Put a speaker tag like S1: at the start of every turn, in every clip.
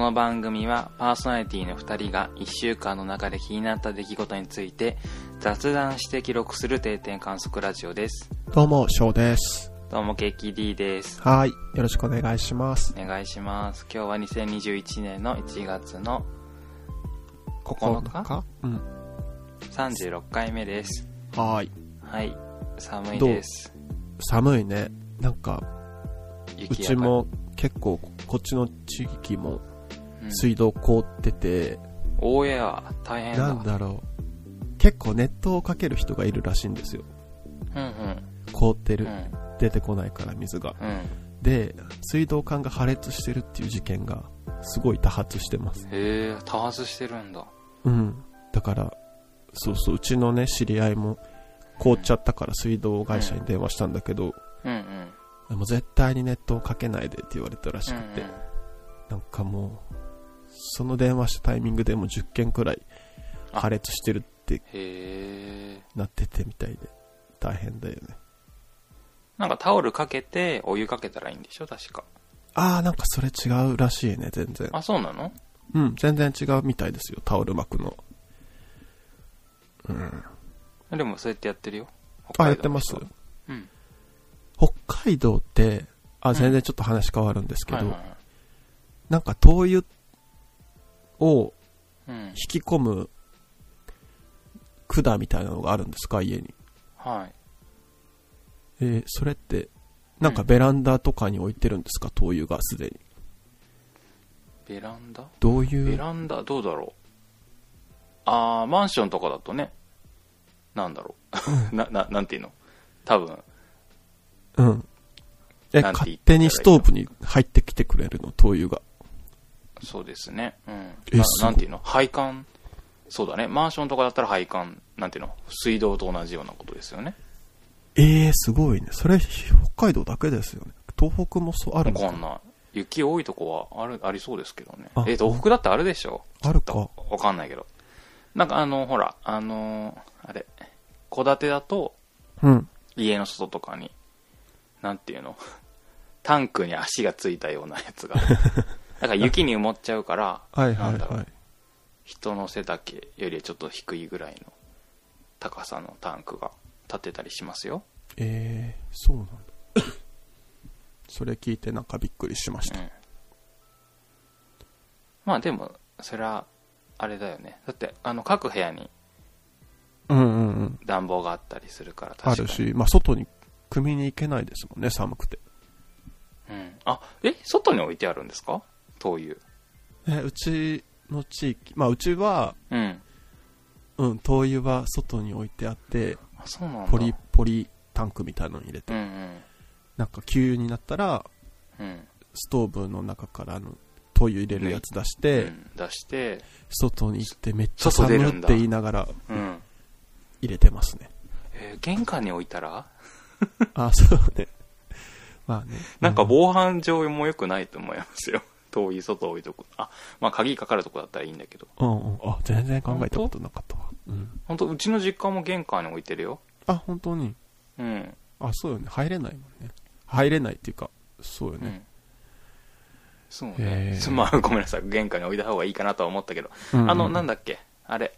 S1: の番組はパーソナリティの2人が1週間の中で気になった出来事について雑談して記録する定点観測ラジオです。
S2: どうも、翔です。
S1: どうも、ケーキ D です。
S2: はい。よろしくお願いします。
S1: お願いします。今日は2021年の1月の
S2: 9
S1: 9日
S2: 日うん。
S1: 36回目です。
S2: はい。
S1: はい。寒いです。
S2: 寒いね。なんか、う
S1: 雪や
S2: ちも結構、こっちの地域も
S1: うん
S2: 水道凍ってて、
S1: 大家は大変だ。
S2: なんだろう。結構熱湯をかける人がいるらしいんですよ。
S1: うん
S2: 凍って
S1: うん。
S2: る。出てこないから水が。
S1: うん。うん。
S2: で、水道管が破裂してるっていう事件が、すごい多発してます。
S1: へえ、多発してるんだ。
S2: うん。だから、そうそう、うちのね、知り合いも、凍っちゃったから水道会社に電話したんだけど、
S1: うんうん。
S2: でも絶対にネットをかけないでって言われたらしくて、
S1: うんうん
S2: なんかもう、その電話したタイミングでもう10件くらい
S1: あ
S2: 破裂してるって
S1: へえ。
S2: なっててみたいで、大変だよね。
S1: なんかタオルかけて、お湯かけたらいいんでしょ確か。
S2: あー、なんかそれ違うらしいね、全然。
S1: あ、そうなの
S2: うん、全然違うみたいですよ、タオル巻くの。うん。
S1: でもそうやってやってるよ。
S2: あ、
S1: 北海道の人
S2: やってます
S1: うん。
S2: 北海道って、
S1: う
S2: あ、
S1: ん
S2: 全然ちょっと話変わるんですけど、
S1: はいはいはい
S2: なんか灯油を
S1: うん
S2: 引。き込む管みたいなのがあるんですか、家に。
S1: はい。
S2: えーそれって、なんかベランダとかに置いてるんですか、灯油がすでに。
S1: ベランダ
S2: どうい
S1: ベ
S2: う、
S1: ランダ、どうだろう。あー、マンションとかだとね、なんだろう。 な、な、なんていうの多分。
S2: うん。え、
S1: なんて言ったらいいの
S2: 勝手にストーブに入ってきてくれるの、灯油が。
S1: そうですね。うん。
S2: え
S1: な
S2: すご
S1: な
S2: い
S1: んていうの配管。そうだね。マンションとかだったら配管、なんていうの水道と同じようなことですよね。
S2: えー、すごいね。それ、北海道だけですよね。東北もそうあるの
S1: わかん
S2: か。
S1: ない。雪多いとこはある、ありそうですけどね
S2: あ。
S1: え、東北だってあるでしょ
S2: あるか。
S1: わかんないけど。なんかあの、ほら、あのーあれ、戸建てだと、
S2: うん。
S1: 家の外とかに、なんていうの、 タンクに足がついたようなや つが。だから雪に埋もっちゃうから、
S2: はいは
S1: ないんだろ
S2: は
S1: う
S2: い。
S1: 人の背丈よりはちょっと低いぐらいの高さのタンクが立ってたりしますよ。
S2: えー、そ うなんだ。それ聞いてなんかびっくりしまし
S1: う
S2: た。
S1: ん。まあでも、それは、あれだよね。だって、あの、各部屋に
S2: うんうんうん。
S1: 暖房があったりするから、確か
S2: あ
S1: に。
S2: るし、まあ、外に組みに行けないですもんね、寒くて。
S1: うん。あ、え、外に置いてあるんですか灯油。
S2: え、うちの地域、まあ、うちは、
S1: うん。
S2: うん、灯油は外に置いてあって、
S1: あ、そうなんだ。
S2: ポリ、ポリタンクみたいのに入れて、
S1: うんうん。
S2: なんか急になったら、
S1: うん。
S2: ストーブの中からあの、灯油入れるやつ出して、
S1: うん出して、
S2: 外に行ってめっちゃ
S1: 外
S2: 寒
S1: 出る
S2: い
S1: ん
S2: っ
S1: だ
S2: て言いながら
S1: うん。
S2: 入れてますね。
S1: えー玄関に置いたら
S2: あ、そうね。まあね。
S1: なんか防犯上も良くないと思いますよ。 遠い外置いとく。あ、まあ鍵かかるとこだったらいいんだけど。
S2: うんうん。あ、全然考えたことなかったわ。うん。
S1: 本当うちの実家も玄関に置いてるよ。
S2: あ、本当に。
S1: うん。
S2: あ、そうよね。入れないもんね。入れないっていうか、そうよ
S1: う
S2: ね。
S1: ん。そう
S2: へ
S1: ね
S2: ー。
S1: す まあごめんなさい。玄関に置いた方がいいかなとは思ったけど。あの、なん
S2: だ
S1: だっけあれ。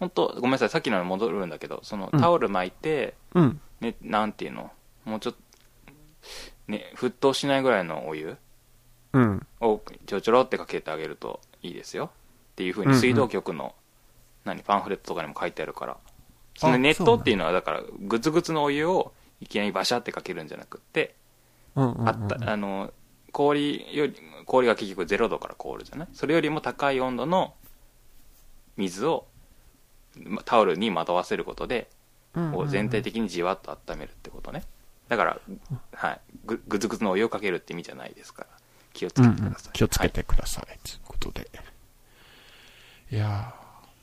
S1: 本当ごめんなさい。さっきのに戻るんだけど、その
S2: うん
S1: タオル巻いて、
S2: うん。
S1: ね、なんていうのもうちょっと、ね、沸騰しないぐらいのお湯
S2: うん。
S1: をちょろちょろってかけてあげるといいですよっていうふう
S2: うん
S1: に
S2: うん
S1: 水道局の、何パンフレットとかにも書いてあるからそ
S2: そ
S1: の
S2: う
S1: ネットっていうのはだからグツグツのお湯をいきなりバシャってかけるんじゃなくって、
S2: うんうんうんうん。
S1: あったあの氷より氷が結局0度から凍るじゃないそれよりも高い温度の水をまタオルに惑わせることでを全体的にじわっと温めるってことねだから、はい、ぐぐずぐずのお湯をかけるって意味じゃないですから気をつけてください、
S2: 気をつけ
S1: はい
S2: てください。ということで。いや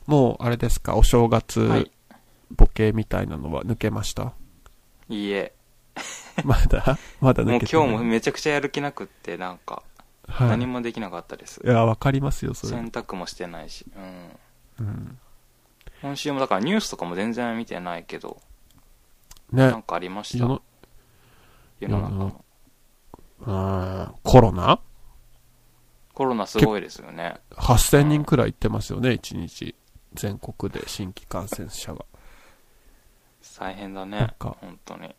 S2: ーもう、あれですか、お正
S1: は
S2: 月
S1: い、
S2: ボケみたいなのは抜けました、
S1: い、いえ
S2: まだまだ
S1: も
S2: 抜
S1: う
S2: けて
S1: 今
S2: ない
S1: 日もめちゃくちゃやる気なくってなんか
S2: はい、
S1: 何もできなかったです、
S2: いや、わかりますよ、それ。
S1: 洗濯もしてないし、うん、
S2: うん。
S1: 今週もだからニュースとかも全然見てないけどな
S2: ね
S1: ん、かありまし
S2: 世
S1: た
S2: の、
S1: 世の中の
S2: うーん、コロナ
S1: ココロナすごいですよね。
S2: 8000人くらい行ってますよね、1日。全国で新規感染者が。
S1: 大変だ
S2: なん
S1: ね。
S2: か
S1: 本当に。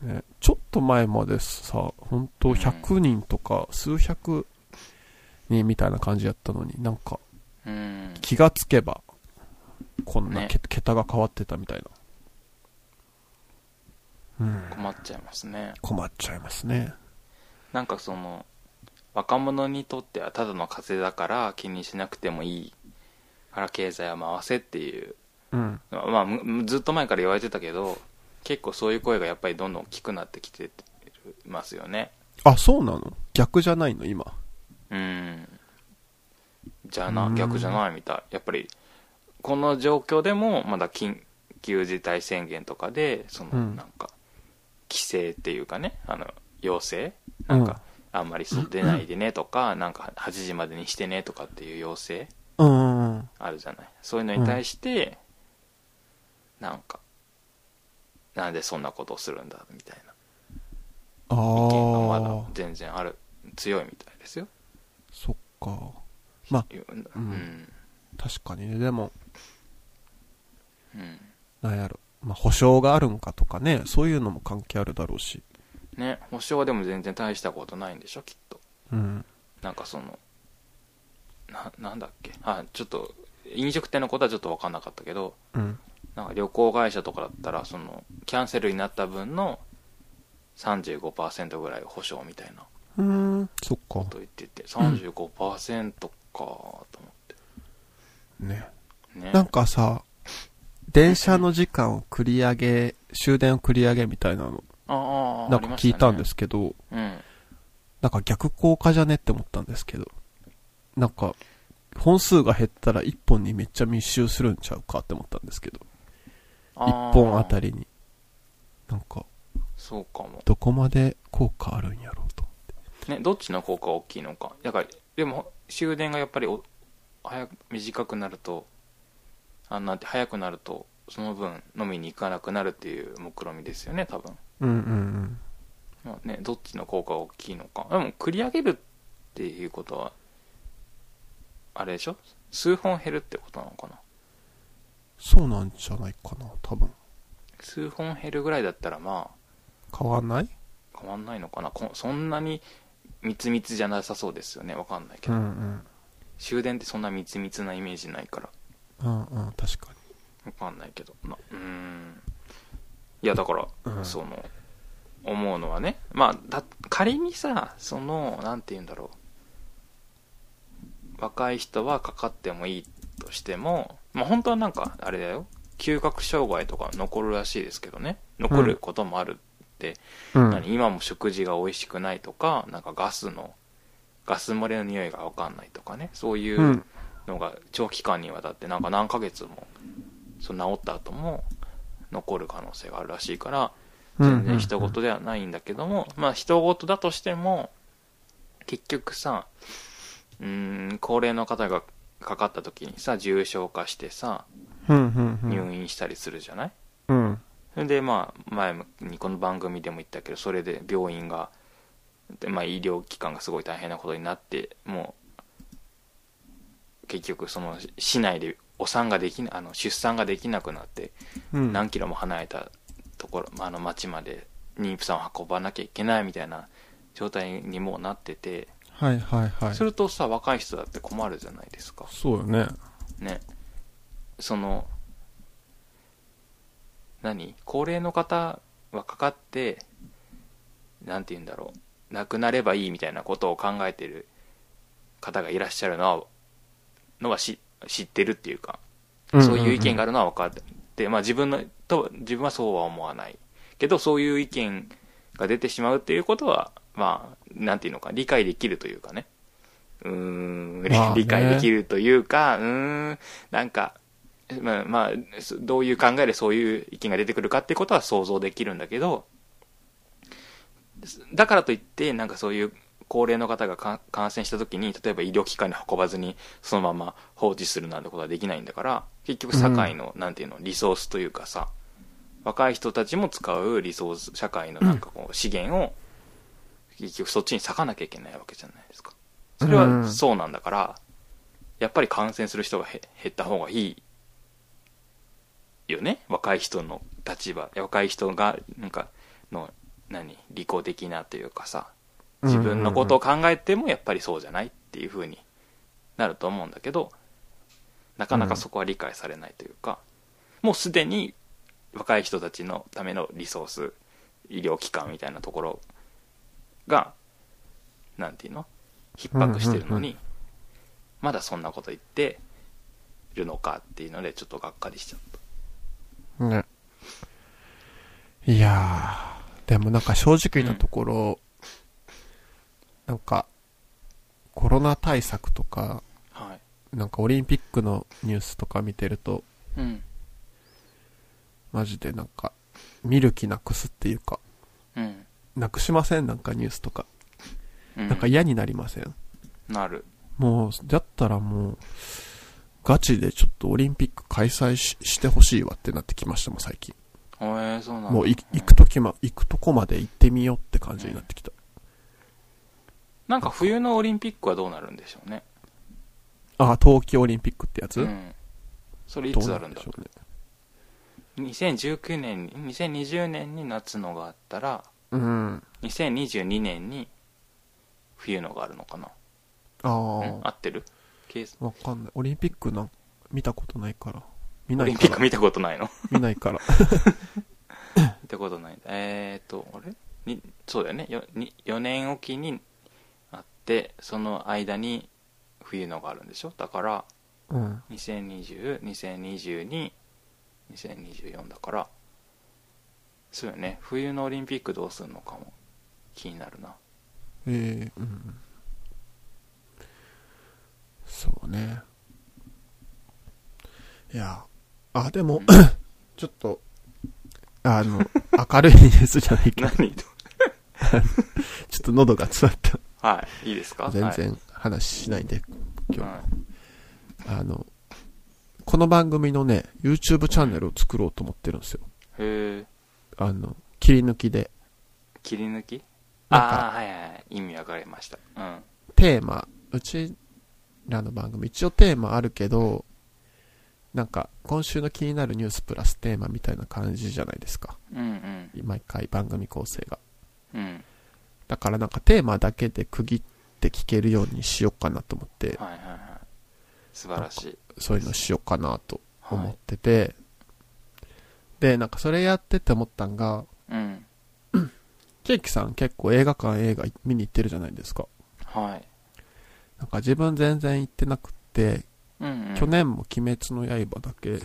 S2: ね、ちょっと前までさ、本当100人とか数百人みたいな感じやったのに、なんか
S1: うん。
S2: 気がつけば、こんな
S1: ね
S2: け、桁が変わってたみたいな。うん。
S1: 困っちゃいますね。
S2: 困っちゃいますね。
S1: なんかその、若者にとってはただの風邪だから気にしなくてもいいから経済は回せっていう、
S2: うん。
S1: まあまあ、むずっと前から言われてたけど、結構そういう声がやっぱりどんどん大きくなってきてますよね。
S2: あ、そうなの逆じゃないの今。
S1: うん。じゃあな
S2: う、ん
S1: 逆じゃないみたい。やっぱり、この状況でも、まだ緊急事態宣言とかで、その、
S2: うん
S1: なんか、規制っていうかね、あの、要請なんか、あんまり外出ないでねとか、なんか、8時までにしてねとかっていう要請
S2: うん。うんうん。
S1: あるじゃない。そういうのに対して、なんか、なんでそんなことをするんだ、みたいな
S2: あ
S1: 意見がまだ
S2: ー。
S1: 全然ある、強いみたいですよ。
S2: そっか。まあ、
S1: うん。
S2: うん確かにね。でも、
S1: うん
S2: なんやろ。まあ、保証があるんかとかね。そういうのも関係あるだろうし。
S1: ね保証はでも全然大したことないんでしょきっと
S2: うん。
S1: なんかそのななんだっけあちょっと飲食店のことはちょっと分かんなかったけど
S2: うん。
S1: なんか旅行会社とかだったらそのキャンセルになった分の35%ぐらい保証みたいなこ
S2: うーん。そっか。
S1: と言ってて35%かと思って
S2: ね。
S1: ね
S2: なんかさ、電車の時間を繰り上げ、終電を繰り上げみたいなの、
S1: あああ、
S2: なんか聞いたんですすけど、
S1: ありましたね
S2: なんか逆効果じゃねって思ったんですけど、なんか、本数が減ったら1本にめっちゃ密集するんちゃうかって思ったんですけど、
S1: うん、
S2: 1本あた
S1: り
S2: りに。なんか、
S1: そうかも
S2: どこまで効果あるんやろうと。
S1: ね、どっちの効果が大きいのかだからでも終電がやっぱりお早く短くなるとあんなんて早くなるとその分飲みに行かなくなるっていう目論見みですよね多分、
S2: うんうん
S1: まあね、どっちの効果が大きいのかでも繰り上げるっていうことはあれでしょ数本減るってことなのかな
S2: そうなんじゃないかな、多分。
S1: 数本減るぐらいだったらま
S2: 変わんない
S1: あ変わんないのかなこそんなに密密じゃなさそうですよねわかんないけ
S2: う
S1: ど、
S2: んうん。
S1: 終電ってそんな密密なイメージないから
S2: うんうん、確か
S1: わかんないけどなうーんいやだから、
S2: うん
S1: その思うのはねまあだ仮にさそのなんて言うんだろう若い人はかかってもいいとしてもまあ本当はなんかあれだよ嗅覚障害とか残るらしいですけどね残ることもあるって、
S2: に。うん。
S1: 何今も食事が美味しくないとかなんかガスのガス漏れの匂いがわかんないとかねそういう、
S2: うん。
S1: のが長期間にわたってなんか何ヶ月もその治った後も残る可能性があるらしいから全然人事ではないんだけども、まあ人事だとしても結局さうーん高齢の方がかかった時にさ重症化してさ
S2: うんうんうん。
S1: 入院したりするじゃない、
S2: うん。
S1: それでまあ前にこの番組でも言ったけどそれで病院がで、まあ、医療機関がすごい大変なことになってもう結局そのし市内でお産ができなあの出産ができなくなって
S2: うん。
S1: 何キロも離れたところ、まあ、あの町まで妊婦さんを運ばなきゃいけないみたいな状態にもうなってて、
S2: はいはいはい。
S1: するとさ若い人だって困るじゃないですか。
S2: そうよね。
S1: ねその何高齢の方はかかって何て言うんだろう亡くなればいいみたいなことを考えてる方がいらっしゃるのはのはし知ってるっていうかそういう意見があるのは分かって、まあ、自分のと自分はそうは思わないけどそういう意見が出てしまうっていうことはまあなんていうのか理解できるというかねうーん、
S2: まあね
S1: 理解できるというかうーんなんかまあ、まあ、そどういう考えでそういう意見が出てくるかっていうことは想像できるんだけどだからといってなんかそういう高齢の方がか感染した時に例えば医療機関に運ばずにそのまま放置するなんてことはできないんだから結局社会の、なんていうのリソースというかさ若い人たちも使うリソース社会のなんかこう資源を結局そっちに割かなきゃいけないわけじゃないですかそれ
S2: う
S1: は
S2: ん
S1: そうなんだから、やっぱり感染する人がへ減った方がいいよね若い人の立場若い人がなんかの何利己的なというかさ自分のことを考えてもやっぱりそうじゃないっていう風になると思うんだけどなかなかそこは理解されないというか、もうすでに若い人たちのためのリソース医療機関みたいなところがなんていうの逼迫してるのに、
S2: うんうん
S1: まだそんなこと言ってるのかっていうのでちょっとがっかりしちゃった
S2: ね。いやー、でもなんか正直なところ、なんか、コロナ対策とか、
S1: はい
S2: なんかオリンピックのニュースとか見てると、
S1: うん
S2: マジでなんか、見る気なくすっていうか、
S1: うん、
S2: なくしませんなんかニュースとか。
S1: うん、
S2: なんか嫌になりません
S1: なる
S2: もう、だったらもう、ガチでちょっとオリンピック開催ししてほしいわってなってきましたもん、最近。
S1: えー、そうなんだ
S2: もうい、行くときま、行くとこまで行ってみようって感じになってきた。
S1: なんか冬のオリンピックはどうなるんでしょうね
S2: あ、冬季オリンピックってやつ、
S1: うん、それい
S2: どう
S1: つ
S2: な
S1: あるんだ
S2: でしょうね。
S1: 2019年に2020年に夏のがあったら
S2: うん。
S1: 2022年に冬のがあるのかなうん合
S2: あ
S1: ってるケース
S2: あ、わかんない。オリンピックなん見たことないから。見
S1: オ
S2: な
S1: リ
S2: い
S1: ンピ
S2: か
S1: ッ
S2: ら
S1: ク。見たことないの
S2: 見な いから。
S1: 見たことないえーっとあれにそうだよね 4, 4年おきにあってその間に冬のがあるんでしょだから
S2: うん。
S1: 202020222024だからそうよね冬のオリンピックどうすんのかも気になる な
S2: ええうん。そうね。いや、あ、でも、 ちょっと、あの、明るいニュースじゃないけど、ちょ
S1: 何と
S2: っと喉が詰まっ
S1: はいいいですか
S2: た。全
S1: はい
S2: 然話しないで、今
S1: はい
S2: 日。あの、この番組のね、YouTube チャンネルを作ろうと思ってるんですよ。
S1: へえ
S2: あの、切り抜きで、
S1: 切り抜き
S2: なん
S1: あ
S2: か
S1: あーはいはいはい意味分かりましたうん
S2: テーマ、うちらの番組、一応テーマあるけど、なんか、今週の気になるニュースプラステーマみたいな感じじゃないですか。
S1: うん
S2: 毎回番組構成が。
S1: うんうん
S2: だからなんかテーマだけで区切って聞けるようにしようかなと思って、
S1: はいはいはい素晴らしい
S2: そういうのしようかなと
S1: は
S2: 思っ
S1: い
S2: てて、で、なんかそれやってて思ったんが、
S1: うん
S2: ケーキさん結構映画館映画見に行ってるじゃないですか。
S1: はい
S2: なんか自分全然行ってなくって、
S1: うんうん
S2: 去年も「鬼滅の刃」だけ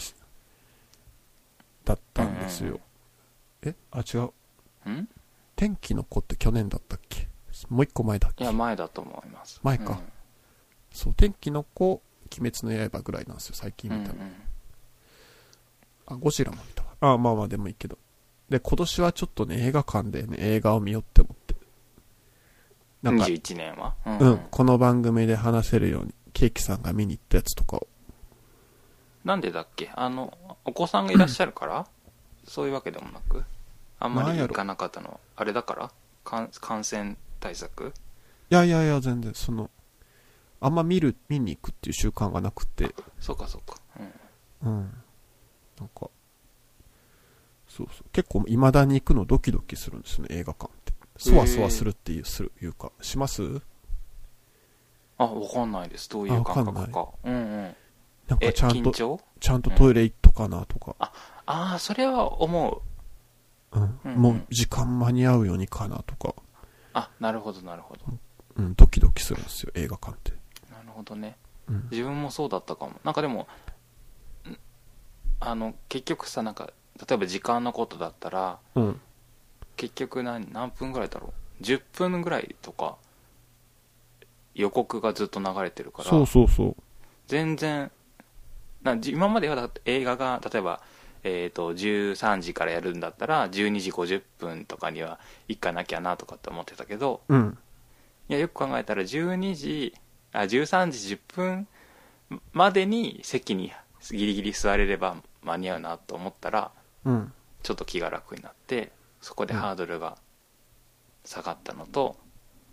S2: だったんですよ、えあ違うん「天気の子」って去年だったっけもう一個前だっ
S1: い
S2: け
S1: や前だと思います
S2: 前かそう「天気の子」「鬼滅の刃」ぐらいなんですよ最近
S1: うんうん
S2: 見
S1: う
S2: たの、
S1: ん
S2: あゴジラも見たわあまあまあでもいいけどで今年はちょっとね映画館でね映画を見ようって思ってなんか、
S1: 21年はう
S2: うん、この番組で話せるようにケーキさんが見に行ったやつとかを
S1: なんでだっけあのお子さんがいらっしゃるからそういうわけでもなくあんま
S2: なん
S1: り
S2: や
S1: 行
S2: ろ
S1: かなかったのはあれだから感感染対策
S2: いやいやいや全然そのあんま見る見に行くっていう習慣がなくて
S1: そうかそうかうん
S2: うん。なんか、そうそう。結構未だに行くのドキドキするんですね、映画館って。そわそわするっていう、する、いうか、します
S1: あわかんないですどういう感覚かうんうん
S2: なん
S1: え
S2: かちゃん
S1: 緊
S2: と、
S1: 張
S2: ちゃんとトイレ行っとかなとか、
S1: ああそれは思う
S2: うん。
S1: うん
S2: もう時間間に合うようにかなとか、
S1: あなるほどなるほど
S2: うん、ドキドキするんですよ、映画館って。
S1: なるほどね
S2: うん。
S1: 自分もそうだったかもなんかでもんあの結局さなんか例えば時間のことだったら
S2: うん。
S1: 結局何何分ぐらいだろう10分ぐらいとか予告がずっと流れてるから
S2: そうそうそう。
S1: 全然なんじ今まではだって映画が例えば、えー、と13時からやるんだったら12時50分とかには行かなきゃなとかって思ってたけど
S2: うん。
S1: いやよく考えたら12時あ13時10分までに席にギリギリ座れれば間に合うなと思ったら
S2: うん。
S1: ちょっと気が楽になってそこでハードルが下がったのと、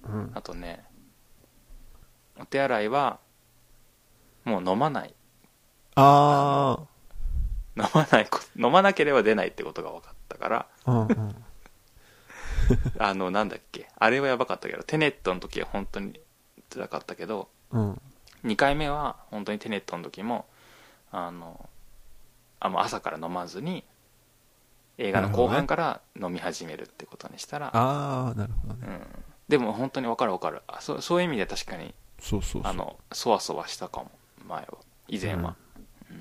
S2: うん
S1: あ。とねお手洗いはもう飲まない
S2: あ
S1: 飲まないこ飲まなければ出ないってことが分かったから
S2: あ。うんうん。
S1: あのなんだっけあれはやばかったけどテネットの時は本当に辛かったけど
S2: うん。
S1: 2回目は本当にテネットの時もあのあもう朝から飲まずに映画の後半から飲み始めるってことにしたら、
S2: ああ、なるほどね。
S1: うん、でも本当に分かる分かるあそそういう意味で確かに
S2: そうそうそう。
S1: あのそわそわしたかも前は以前は、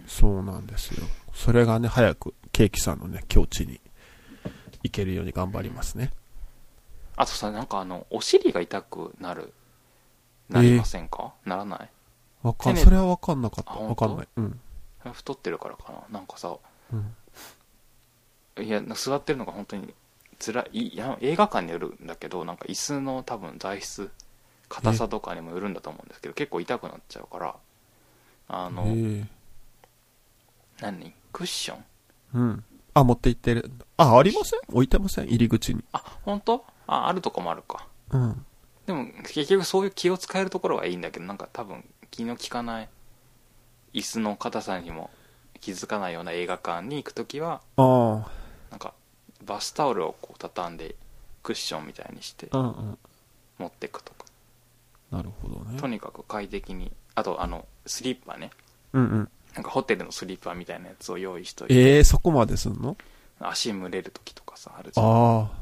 S2: そうなんですよ。それがね、早くケーキさんのね、境地に行けるように頑張りますね。
S1: あとさなんかあのお尻が痛くなるなりませんか、ならない
S2: わかん、
S1: テネ
S2: それはわかんなかった。
S1: あ
S2: わかんない。うん。
S1: 太ってるからかななんかさ
S2: うん。
S1: いや座ってるのが本当に辛いいや映画館によるんだけどなんか椅子の多分材質硬さとかにもよるんだと思うんですけど結構痛くなっちゃうからあの、
S2: ええ
S1: 何クッション
S2: うん。あ、持って行ってる。あ、ありません置いてません入り口に。
S1: あ本当ああるとこもあるか
S2: うん。
S1: でも結局そういう気を使えるところはいいんだけどなんか多分気の利かない椅子の硬さにも気づかないような映画館に行く時は
S2: あ
S1: なんかバスタオルをこう畳んでクッションみたいにして
S2: あ。うんうん。
S1: 持ってくとか
S2: なるほどね。
S1: とにかく快適にあとあのスリッパね
S2: うんうん。
S1: なんかホテルのスリッパみたいなやつを用意しといて
S2: ええそこまですんの
S1: 足蒸れる時とかさあるじゃん
S2: あ
S1: うん
S2: あ。な
S1: で
S2: ほ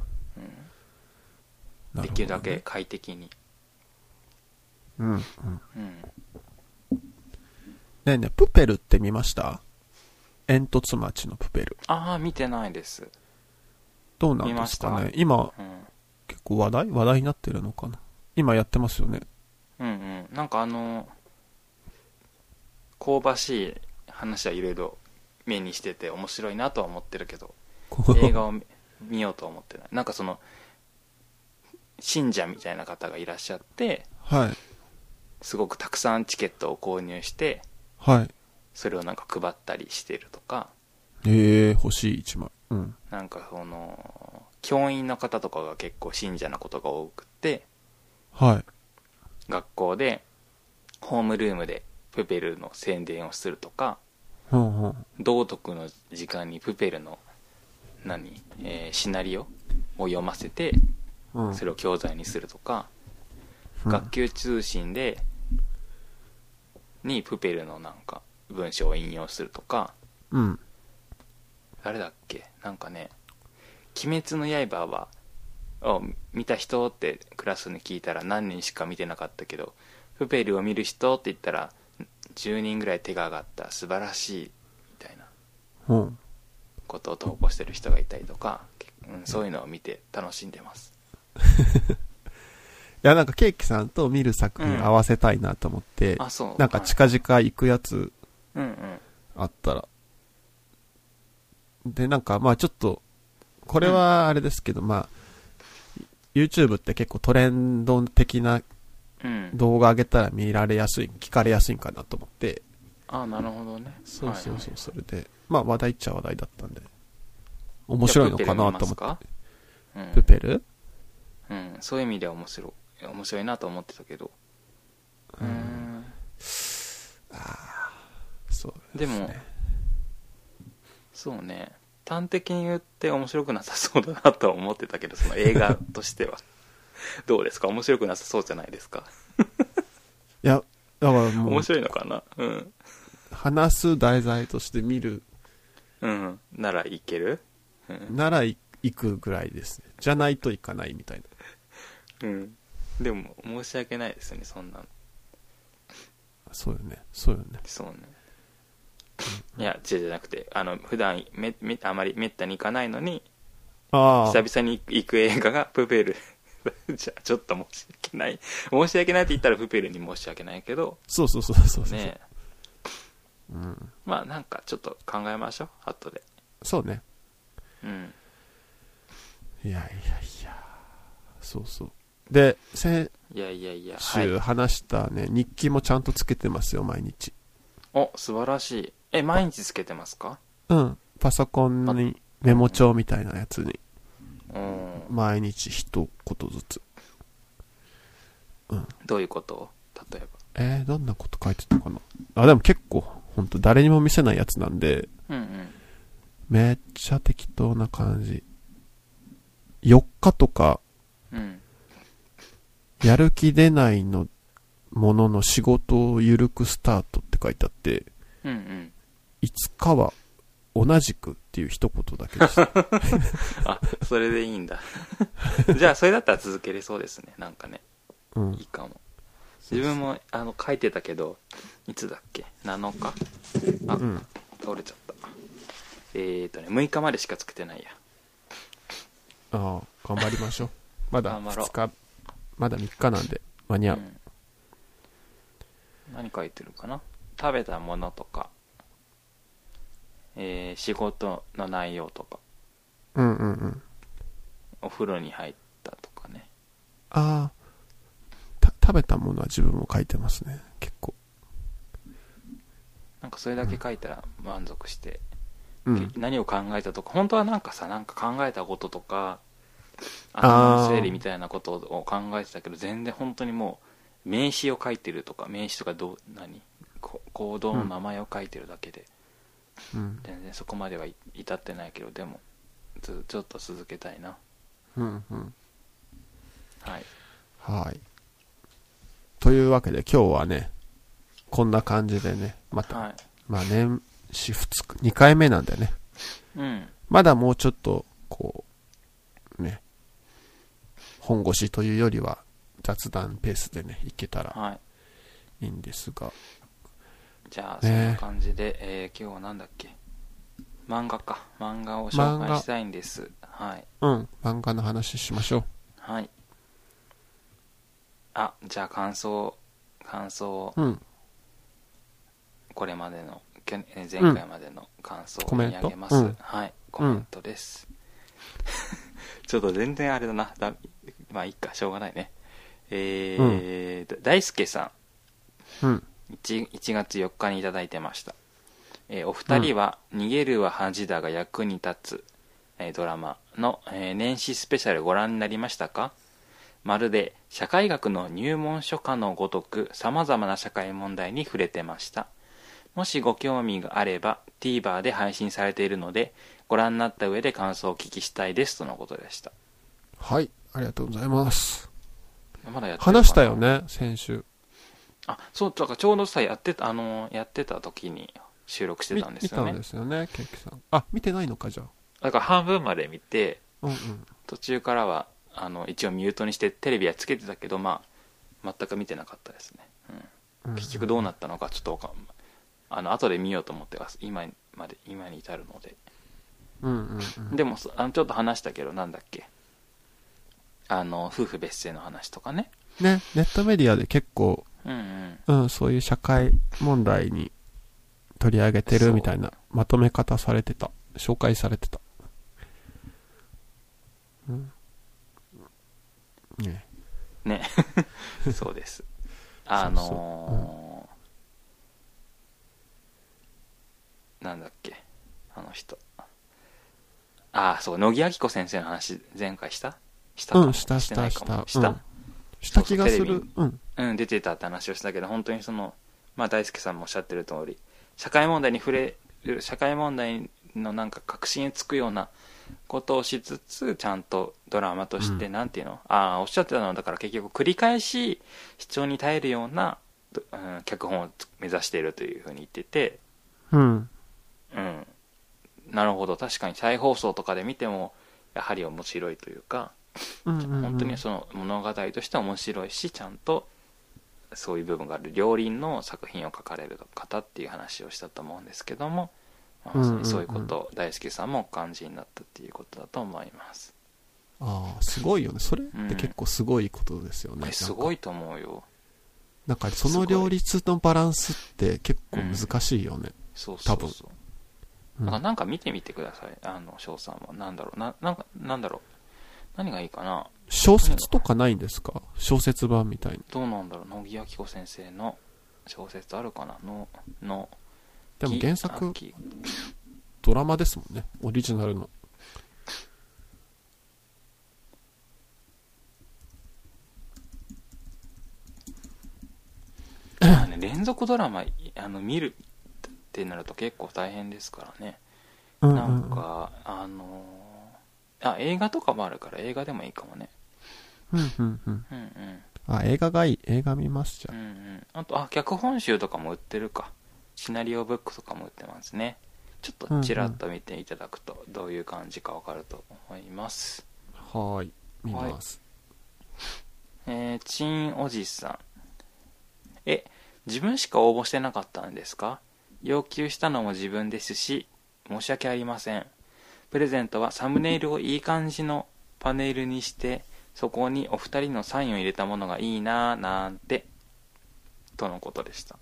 S2: どね
S1: きるだけ。快適に
S2: うんうん。
S1: うん
S2: ねえねえ、プペルって見ました煙突町のプペル。
S1: ああ見てないです
S2: どうなんですか
S1: 見ま
S2: ね
S1: し
S2: 今、
S1: うん
S2: 結構話題話題になってるのかな今やってますよね。
S1: うんうんなんかあの香ばしい話はいろいろ目にしてて面白いなとは思ってるけど
S2: こう
S1: 映画を見見ようとは思ってないなんかその信者みたいな方がいらっしゃって
S2: はい。
S1: すごくたくさんチケットを購入して
S2: はい。
S1: それをなんか配ったりしてるとか
S2: ええ欲しい一枚。うん。
S1: なんかその教員の方とかが結構信者なことが多くて
S2: はい。
S1: 学校でホームルームでプペルの宣伝をするとか
S2: うんうん。
S1: 道徳の時間にプペルの何、えーシナリオを読ませて
S2: うん。
S1: それを教材にするとか、
S2: うん
S1: 学級通信でにプペルのなんか文章を引用するとか
S2: うん。
S1: 誰だっけなんかね「鬼滅の刃は」を見た人ってクラスに聞いたら何人しか見てなかったけどプペルを見る人って言ったら10人ぐらい手が上がった素晴らしいみたいな
S2: うん。
S1: ことを投稿してる人がいたりとか、うん、そういうのを見て楽しんでます
S2: いや、なんかケーキさんと見る作品合わせたいなと思って、
S1: あそう
S2: なんか近々行くやつ
S1: はいうんうん
S2: あったら。で、なんかまあちょっと、これはあれですけど、まあ、YouTube って結構トレンド的な
S1: うん
S2: 動画上げたら見られやすい、聞かれやすいんかなと思って、
S1: あなるほどね
S2: そうそう
S1: はい
S2: そ
S1: は
S2: う、
S1: い
S2: それで、まあ話題っちゃ話題だったんで、面白いのかなと思
S1: じゃあ
S2: っ
S1: プペル見ます
S2: て。プ
S1: か
S2: ペル
S1: うん、うん、そういう意味では面白い面白いなと思ってたけどうーん
S2: そう
S1: でもそうね端的に言って面白くなさそうだなとは思ってたけどその映画として はどうですか面白くなさそうじゃないですか
S2: いや、だからもう
S1: 面、白いのかなうん
S2: 話す題材として見る
S1: うんならいけるうん、
S2: ならい行くぐらいですね。じゃないと行かないみたいな。
S1: うん、でも申し訳ないですよねそんなの
S2: そうよね。そうよね。
S1: そうねいや違うじゃなくてあの普段めめあまりめったに行かないのに
S2: ああ
S1: 久。々に行く映画がプペル じゃあちょっと申し訳ない申し訳ないって言ったらプペルに申し訳ないけど
S2: そうそうそうそうそう。
S1: ね
S2: うん、
S1: まあなんかちょっと考えましょう後で
S2: そうね。
S1: うん
S2: いやいやいや。そうそう。で、先
S1: いやいやいやは
S2: 週
S1: い
S2: 話したね、日記もちゃんとつけてますよ、毎日。
S1: お素晴らしいえ毎日つけてますか
S2: うん。パソコンにメモ帳みたいなやつに、
S1: うん
S2: 毎日一言ずつ。
S1: どういうこと例えば
S2: えー、どんなこと書いてたかな。あ、でも結構、ほんと誰にも見せないやつなんで、
S1: うんうん
S2: めっちゃ適当な感じ。4日とか、
S1: うん
S2: やる気出ないのものの仕事をゆるくスタートって書いてあって、
S1: うんうん
S2: 5日は同じくっていう一言だけ でした。
S1: あそれでいいんだ じゃあそれだったら続けれそうですねなんかね
S2: うん
S1: いい。かも自分もあの書いてたけどいつだっけ7日あ、
S2: うん。
S1: 倒れちゃったえーとね6日までしかつけてないや
S2: ああ、頑張りましょう。まだ
S1: 頑張ろう
S2: 2日、まだ3日なんで間に合う。
S1: うん、何書いてるかな食べたものとか、えー仕事の内容とか
S2: うんうんうん。
S1: お風呂に入ったとかね
S2: ああ、た食べたものは自分も書いてますね。結構。
S1: なんかそれだけ書いたら満足して、
S2: うん。
S1: 何を考えたとか本当はなんかさなんか考えたこととか頭の整理みたいなことを考えてたけど全然本当にもう名詞を書いてるとか名詞とかどう何こ行動の名前を書いてるだけで、
S2: うん。
S1: 全然そこまではい至ってないけどでもずちょっと続けたいな
S2: うんうん。
S1: はい
S2: はい。というわけで今日はね、こんな感じでね、また、
S1: はい
S2: まあ年始2日、2回目なんでね、
S1: うん
S2: まだもうちょっと、こう、ね、本腰というよりは雑談ペースでね、いけたら
S1: はい
S2: いいんですが、
S1: じゃあそ
S2: ね
S1: んな感じで、えー今日はなんだっけ漫画か漫画を紹
S2: 漫画
S1: 介したいんですはい
S2: うん、漫画の話しましょう。
S1: はいあじゃあ感想感想
S2: うん、
S1: これまでのけんえー前回までの感想を
S2: コメ
S1: 読
S2: ン
S1: み
S2: ト
S1: 上げます、
S2: うん
S1: はいコメントです、 ちょっと全然あれだなだまあいいかしょうがないねえーだ大輔さん
S2: うん、
S1: 1, 1月4日にいただいてました、えーお二人は「逃げるは恥だが役に立つ」えードラマの、えー年始スペシャルご覧になりましたかまるで社会学の入門書家のごとくさまざまな社会問題に触れてましたもしご興味があれば TVer で配信されているのでご覧になった上で感想をお聞きしたいですとのことでした
S2: はい、ありがとうございます。
S1: まだやってるかな
S2: 話したよね、先週。
S1: あそうだからちょうどさやってたあのーやってた時に収録して
S2: み
S1: たんで
S2: 見
S1: す
S2: た
S1: よ
S2: ん
S1: ね
S2: ですよね、ケーキさん。あ、見てないのか、じゃあ。
S1: だから半分まで見て
S2: うんうん。
S1: 途中からはあの一応ミュートにしてテレビはつけてたけどまあ全く見てなかったですね、う
S2: う
S1: んん、結局どうなったのかちょっとわかんあの後で見ようと思ってます今まで今に至るので、
S2: うんうんうん。
S1: でもそあのちょっと話したけどなんだっけあの夫婦別姓の話とかね
S2: ね、ネットメディアで結構、
S1: うんうん
S2: うん、そういう社会問題に取り上げてるみたいなまとめ方されてた。紹介されてた。うん。ね。
S1: ねそうですあのーなんだっけあの人ああそう乃木明子先生の話前回したしたかも
S2: うんした
S1: てないかも
S2: し
S1: し
S2: たした
S1: た、
S2: した気がす
S1: そうそうテレ
S2: る。うん。
S1: うん、出てたって話をしたけど本当にその、まあ、大輔さんもおっしゃってる通り社会問題に触れる社会問題のなんか確信につくようなことをしつつちゃんとドラマとして、
S2: うん
S1: なんていうのああおっしゃってたのはだから結局繰り返し主張に耐えるような、どうん、脚本を目指しているというふうに言ってて、
S2: うん。
S1: うん、なるほど確かに再放送とかで見てもやはり面白いというか。
S2: うんうんうん
S1: 本当にその物語としては面白いしちゃんとそういう部分がある両輪の作品を書かれる方っていう話をしたと思うんですけども、まあまさにそういうことを大輔さんもお感じになったっていうことだと思います、
S2: ああ、すごいよね。それって結構すごいことですよね。
S1: これす
S2: なん
S1: ご
S2: か
S1: いと思うよ
S2: なんかその両立のバランスって結構難しいよね。
S1: そうそうそう
S2: うん
S1: だからなんか見てみてくださいあの翔さんはなんだろうななんかなんだろう何がいいかな
S2: 小説とかないんですか小説版みたいに。
S1: どうなんだろう乃木明子先生の小説あるかなのの
S2: でも原作
S1: 木
S2: ドラマですもんね。オリジナルの。
S1: 連続ドラマあの見るってなると結構大変ですからね、
S2: うん
S1: な
S2: うん
S1: んかあのあ映画とかもあるから映画でもいいかもね
S2: うんうんうん
S1: うんうん
S2: あ映画がいい映画見ますじ
S1: う
S2: ゃ
S1: ん
S2: ん
S1: うんあとあ脚本集とかも売ってるかシナリオブックとかも売ってますねちょっとちらっと見ていただくとどういう感じかわかると思います、
S2: はーい見ます、
S1: えー、チンおじさんえ自分しか応募してなかったんですか要求したのも自分ですし申し訳ありませんプレゼントはサムネイルをいい感じのパネルにしてそこにお二人のサインを入れたものがいいなぁなんてとのことでした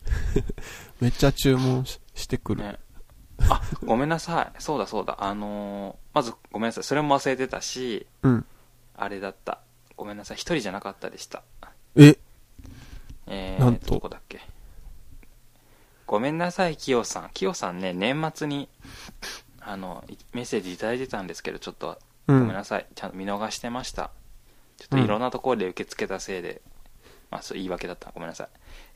S2: めっちゃ注文ししてくる、
S1: ね、あごめんなさいそうだそうだあのーまずごめんなさいそれも忘れてたし
S2: うん
S1: あれだったごめんなさい一人じゃなかったでした
S2: え
S1: えー、
S2: なんと
S1: どこだっけごめんなさいキヨさんキヨさんね年末にあのいメッセージいただいてたんですけどちょっと
S2: う
S1: ご
S2: ん
S1: めんなさい、ちゃんと見逃してましたちょっといろんなところで受け付けたせいで、まあそう言い訳だったごめんなさい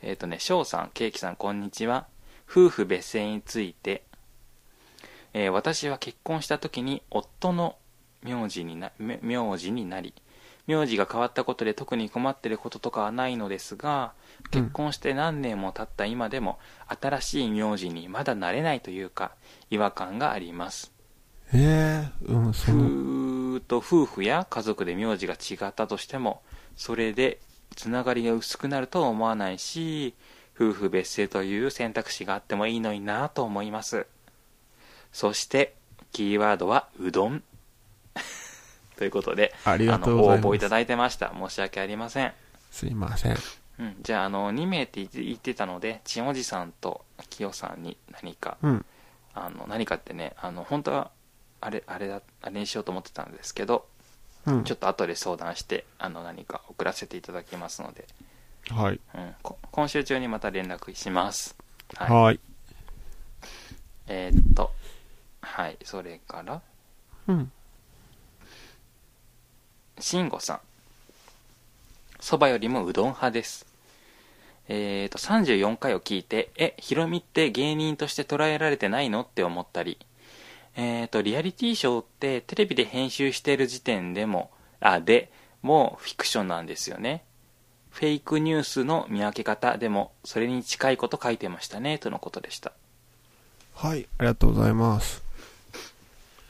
S1: えっ、とね翔さんケーキさんこんにちは夫婦別姓について、えー私は結婚した時に夫の名字にな名名字になり名字が変わったことで特に困ってることとかはないのですが結婚して何年も経った今でも新しい名字にまだ慣れないというか違和感があります
S2: えー、うんその
S1: 夫と夫婦や家族で名字が違ったとしてもそれでつながりが薄くなるとは思わないし夫婦別姓という選択肢があってもいいのになと思いますそしてキーワードはうどん ということで
S2: ありがとうご
S1: あ
S2: ざい
S1: の応募い
S2: ま
S1: た
S2: す
S1: だいてました申し訳ありません、
S2: すいません
S1: うん、じゃああの2名って言って言ってたのでちんおじさんときよさんに何か
S2: うん
S1: あの何かってねあの本当はあれあれだあれにしようと思ってたんですけど
S2: うん
S1: ちょっと後で相談してあの何か送らせていただきますので、
S2: はい
S1: うん、こ今週中にまた連絡しますはい、
S2: はーい
S1: えーっとはいそれから
S2: うん
S1: 慎吾さんそばよりもうどん派ですえーっと34回を聞いてえヒロミって芸人として捉えられてないのって思ったりえーっとリアリティショーってテレビで編集してる時点でもあでもうフィクションなんですよねフェイクニュースの見分け方でもそれに近いこと書いてましたねとのことでした
S2: はいありがとうございます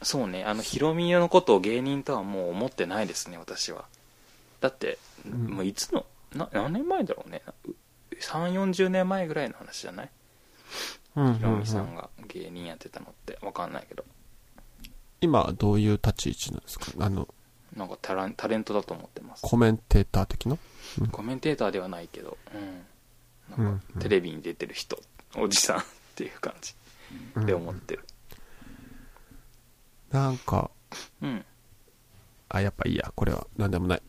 S1: そうねあのヒロミのことを芸人とはもう思ってないですね私はだって、
S2: ん
S1: もういつのな何年前だろうね3 4 0年前ぐらいの話じゃない
S2: うんうん
S1: ヒ
S2: う
S1: ロ
S2: ん
S1: ミさんが芸人やってたのって分かんないけど
S2: 今はどういう立ち位置なんですかあの
S1: なんかタランタレントだと思ってます
S2: コメンテーター的な
S1: コメンテーターではないけど、うん、なんか
S2: うんうん
S1: テレビに出てる人おじさんっていう感じ
S2: うん
S1: で思ってる
S2: なんか
S1: うん
S2: あやっぱいいやこれは何でもない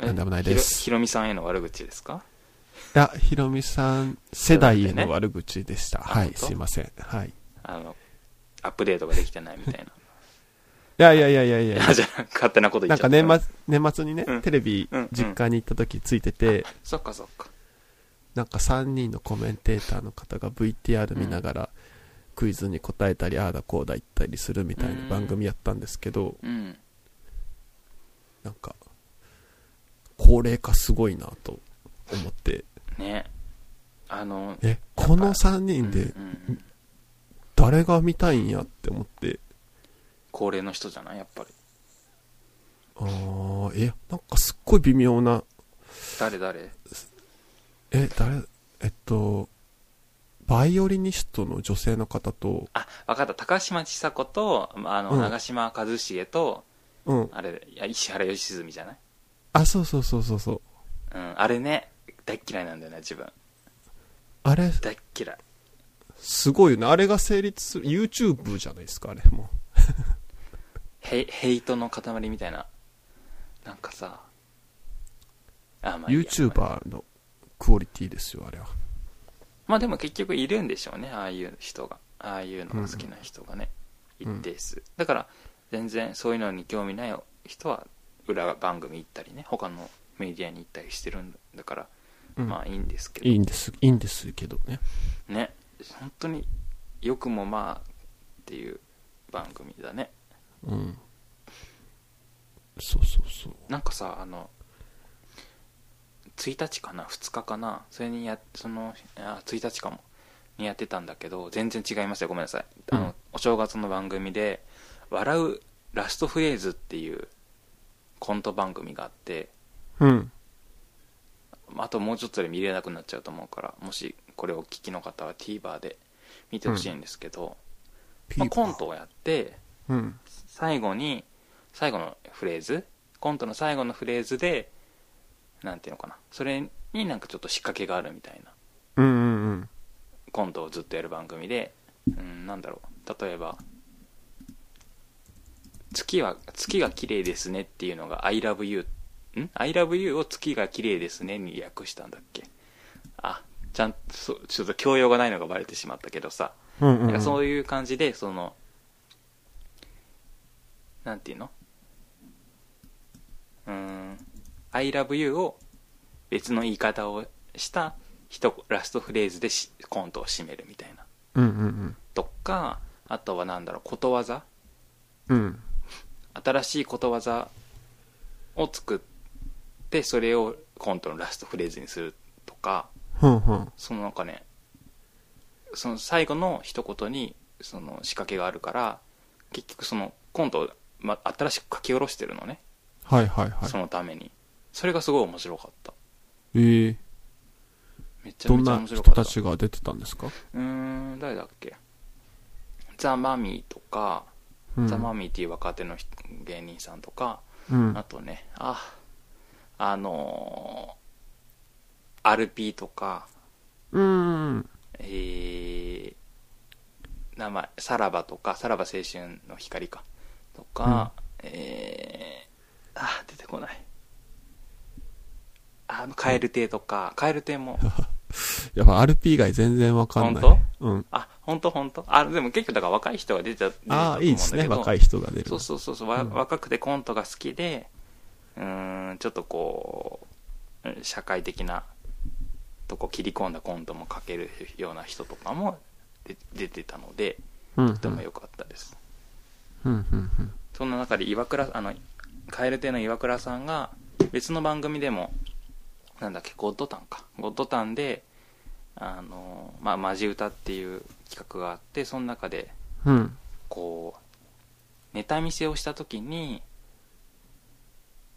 S1: え
S2: なんでもないです
S1: ひろひろみさんへの悪口ですか
S2: いやひろみさん世代への悪口でした、
S1: あ
S2: はい
S1: 本当
S2: すいませんはいい
S1: あのアップデートができてないみ たいな
S2: やいやいやいやいや
S1: あ じゃあ勝手なこと言
S2: な
S1: っ
S2: ん
S1: ちゃ
S2: か
S1: った
S2: 年末年末にね、
S1: うん
S2: テレビ
S1: うんうん
S2: 実家に行った時ついてて、
S1: そっかそっか
S2: なんか3人のコメンテーターの方が VTR 見ながら、クイズに答えたりああだこうだ言ったりするみたいな番組やったんですけど、
S1: うん
S2: なんか高齢化すごいなと思って
S1: ねあの
S2: えこの3人で
S1: うんうんうん
S2: 誰が見たいんやって思って
S1: 高齢の人じゃないやっぱり
S2: あーえなんかすっごい微妙な
S1: 誰誰
S2: え誰えっとバイオリニストの女性の方と、
S1: あ分かった高嶋ちさ子とまああの、
S2: うん
S1: 長嶋一茂と
S2: うん、
S1: あれいや石原良純じゃない、
S2: あそうそうそうそうそう
S1: うん、あれね大っ嫌いなんだよね自分
S2: あれ
S1: 大っ嫌い
S2: すごいよねあれが成立する YouTube じゃないですかあれも
S1: ヘイヘイトの塊みたいななんかさあま
S2: う
S1: いいやまあ
S2: YouTuber のクオリティですよあれは
S1: まあでも結局いるんでしょうねああいう人がああいうのが好きな人がね、
S2: うん
S1: 一定数だから全然そういうのに興味ない人は裏番組行ったりね他のメディアに行ったりしてるんだから
S2: うん
S1: まあいいんですけど
S2: いいんです、いいんですけどね。
S1: ね本当によくもまあっていう番組だね
S2: うん。そうそうそう。
S1: なんかさあの1日かな2日かなそれにやそのあ1日かもにやってたんだけど全然違いましたよごめんなさいあの、
S2: うん
S1: お正月の番組で「笑うラストフレーズ」っていうコント番組があって
S2: うん。
S1: あともうちょっとで見れなくなっちゃうと思うからもしこれをお聞きの方は TVer で見てほしいんですけど、まあ、コントをやって
S2: うん。
S1: 最後に最後のフレーズコントの最後のフレーズでなんていうのかなそれになんかちょっと仕掛けがあるみたいな
S2: うんうんうん。
S1: コントをずっとやる番組でうんなんだろう例えば月は月が綺麗ですねっていうのが I love you ん I love you を月が綺麗ですねに訳したんだっけあちゃんそうちょっと教養がないのがバレてしまったけどさ
S2: うん
S1: なんかそう
S2: いう。
S1: いう感じで、その、なんていうのうーん、I love you を別の言い方をした一ラストフレーズでしコントを締めるみたいな。
S2: うんうん
S1: とか、あとはなんだろう、ことわざ
S2: うん。うん。
S1: 新しいことわざを作って、それをコントのラストフレーズにするとか、
S2: ふんふん。
S1: そのなんかねその最後の一言にその仕掛けがあるから結局そのコントを、ま、新しく書き下ろしてるのね、
S2: はいはいはい
S1: そ。のためにそれがすごい面白かった
S2: ええ。
S1: めちゃ
S2: どん
S1: めちゃ
S2: な
S1: 面
S2: 人
S1: 白かった
S2: たちが出てたんですか
S1: うーん誰だっけザ・マミーとか、
S2: うん
S1: ザ・マミーっていう若手の人芸人さんとか、
S2: うん
S1: あ。とねああのー、RP とか
S2: うん。
S1: えー名前、さらばとか、さらば青春の光か、とか、えー、あー、出てこない。あの、カエル亭とか、カエル亭も、
S2: やっぱ RP 以外全然わかんない。
S1: 本
S2: うん。
S1: あ、ほんとほんと。あ、でも結局だから若い人が出ちゃ出てたと
S2: あ
S1: 思うんだけど
S2: あ、いいですね。若い人が出る。
S1: そうそうそうそう、わ
S2: うん
S1: 若くてコントが好きで、うーん、ちょっとこう、うん社会的なとこ切り込んだコントも書けるような人とかも出出てたので、
S2: うん。
S1: とても良かったです。
S2: うんうんうん。
S1: そんな中で岩倉あの蛙亭の岩倉さんが別の番組でもなんだっけゴッドタンかゴッドタンであのまあマジ歌っていう企画があってその中で
S2: うん。
S1: こうネタ見せをした時に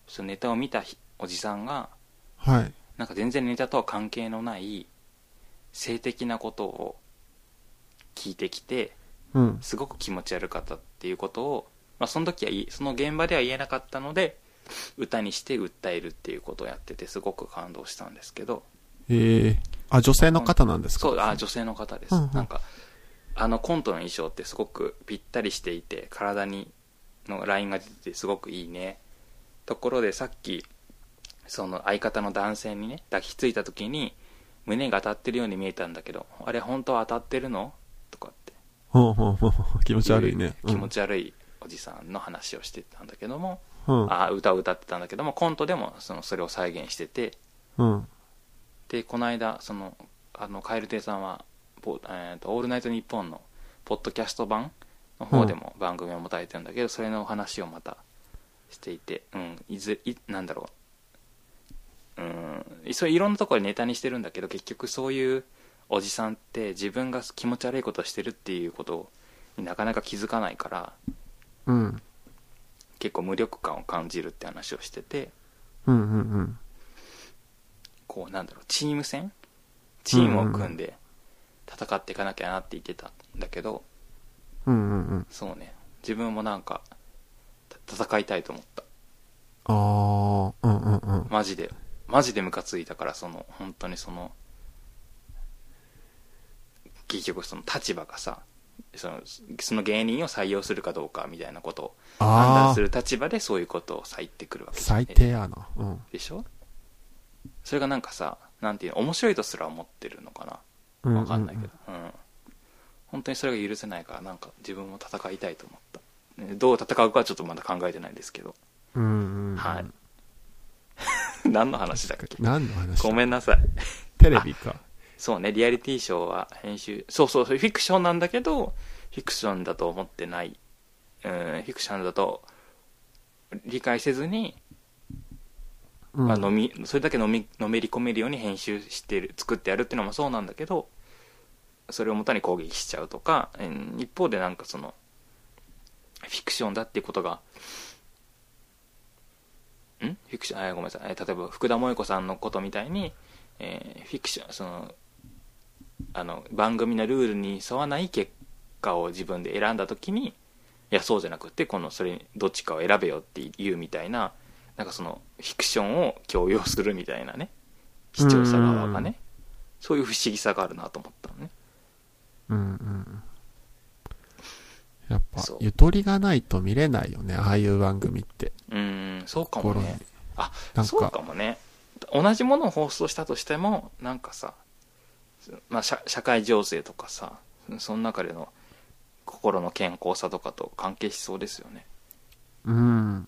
S1: そのネタを見たひおじさんが
S2: はい。
S1: なんか全然ネタとは関係のない性的なことを聞いてきて
S2: うん。
S1: すごく気持ち悪かったっていうことを、まあ、その時はいその現場では言えなかったので歌にして訴えるっていうことをやっててすごく感動したんですけど
S2: ええ。あ、女性の方なんですか
S1: そうあ女性の方です、
S2: うんうん
S1: なんかあのコントの衣装ってすごくぴったりしていて体にのラインが出ててすごくいいねところでさっきその相方の男性にね抱きついた時に胸が当たってるように見えたんだけどあれ本当は当たってるのとかって
S2: ほうほうほうほう。気持ち悪いね。
S1: 気持ち悪いおじさんの話をしてたんだけども、
S2: うん。うん。
S1: あ歌を歌ってたんだけどもコントでもそのそれを再現してて
S2: うん。
S1: でこの間そのあの蛙亭さんはポ、えーと「オールナイトニッポン」のポッドキャスト版の方でも番組を持たれてるんだけど、それのお話をまたしていて、うん、いずいなんだろううんそういろんなところでネタにしてるんだけど結局そういうおじさんって自分が気持ち悪いことをしてるっていうことになかなか気づかないから
S2: うん。
S1: 結構無力感を感じるって話をしてて
S2: うんうんうん。
S1: こうなんだろうチーム戦チームを組んで戦っていかなきゃなって言ってたんだけど
S2: うんうんうん。
S1: そうね自分もなんかた戦いたいと思った
S2: ああ、うんうんうん。
S1: マジでマジでムカついたからその本当にその結局その立場がさそのその芸人を採用するかどうかみたいなことを判
S2: あ
S1: 断
S2: あ
S1: す、る立場でそういうことを割いてくるわけじゃん
S2: 最低やな。うん。
S1: でしょそれがなんかさなんていうの面白いとすら思ってるのか
S2: う
S1: な
S2: う
S1: わかんないけど。うん本当にそれが許せないからなんか自分も戦いたいと思ったねどう戦うかはちょっとまだ考えてないですけど、
S2: うんうんうん。
S1: はい何の話だっけ
S2: 何の話
S1: ごめんなさい。
S2: テレビか。
S1: そうね、リアリティショーは編集、そうそうそう、フィクションなんだけど、フィクションだと思ってない、うん、フィクションだと理解せずに、
S2: うん
S1: まあ、飲みそれだけ飲みのめり込めるように編集してる作ってやるっていうのもそうなんだけどそれをもとに攻撃しちゃうとか、うん一方でなんかそのフィクションだっていうことがんフィクションあごめんなさいえー例えば福田萌子さんのことみたいに、えーフィクションそのあの番組のルールに沿わない結果を自分で選んだ時にいやそうじゃなくてこのそれどっちかを選べよっていうみたいななんかそのフィクションを強要するみたいなね視聴者側が
S2: うんうんうん
S1: ねそういう不思議さがあるなと思ったのね
S2: うんうん。やっぱ
S1: そう、
S2: ゆとりがないと見れないよね、ああいう番組って。
S1: うーんそうかも
S2: 心に
S1: ね。あ
S2: なん
S1: そう
S2: か
S1: か、もね同じものを放送したとしてもなんかさ、まあ、社社会情勢とかさその中での心の健康さとかと関係しそうですよね
S2: うん。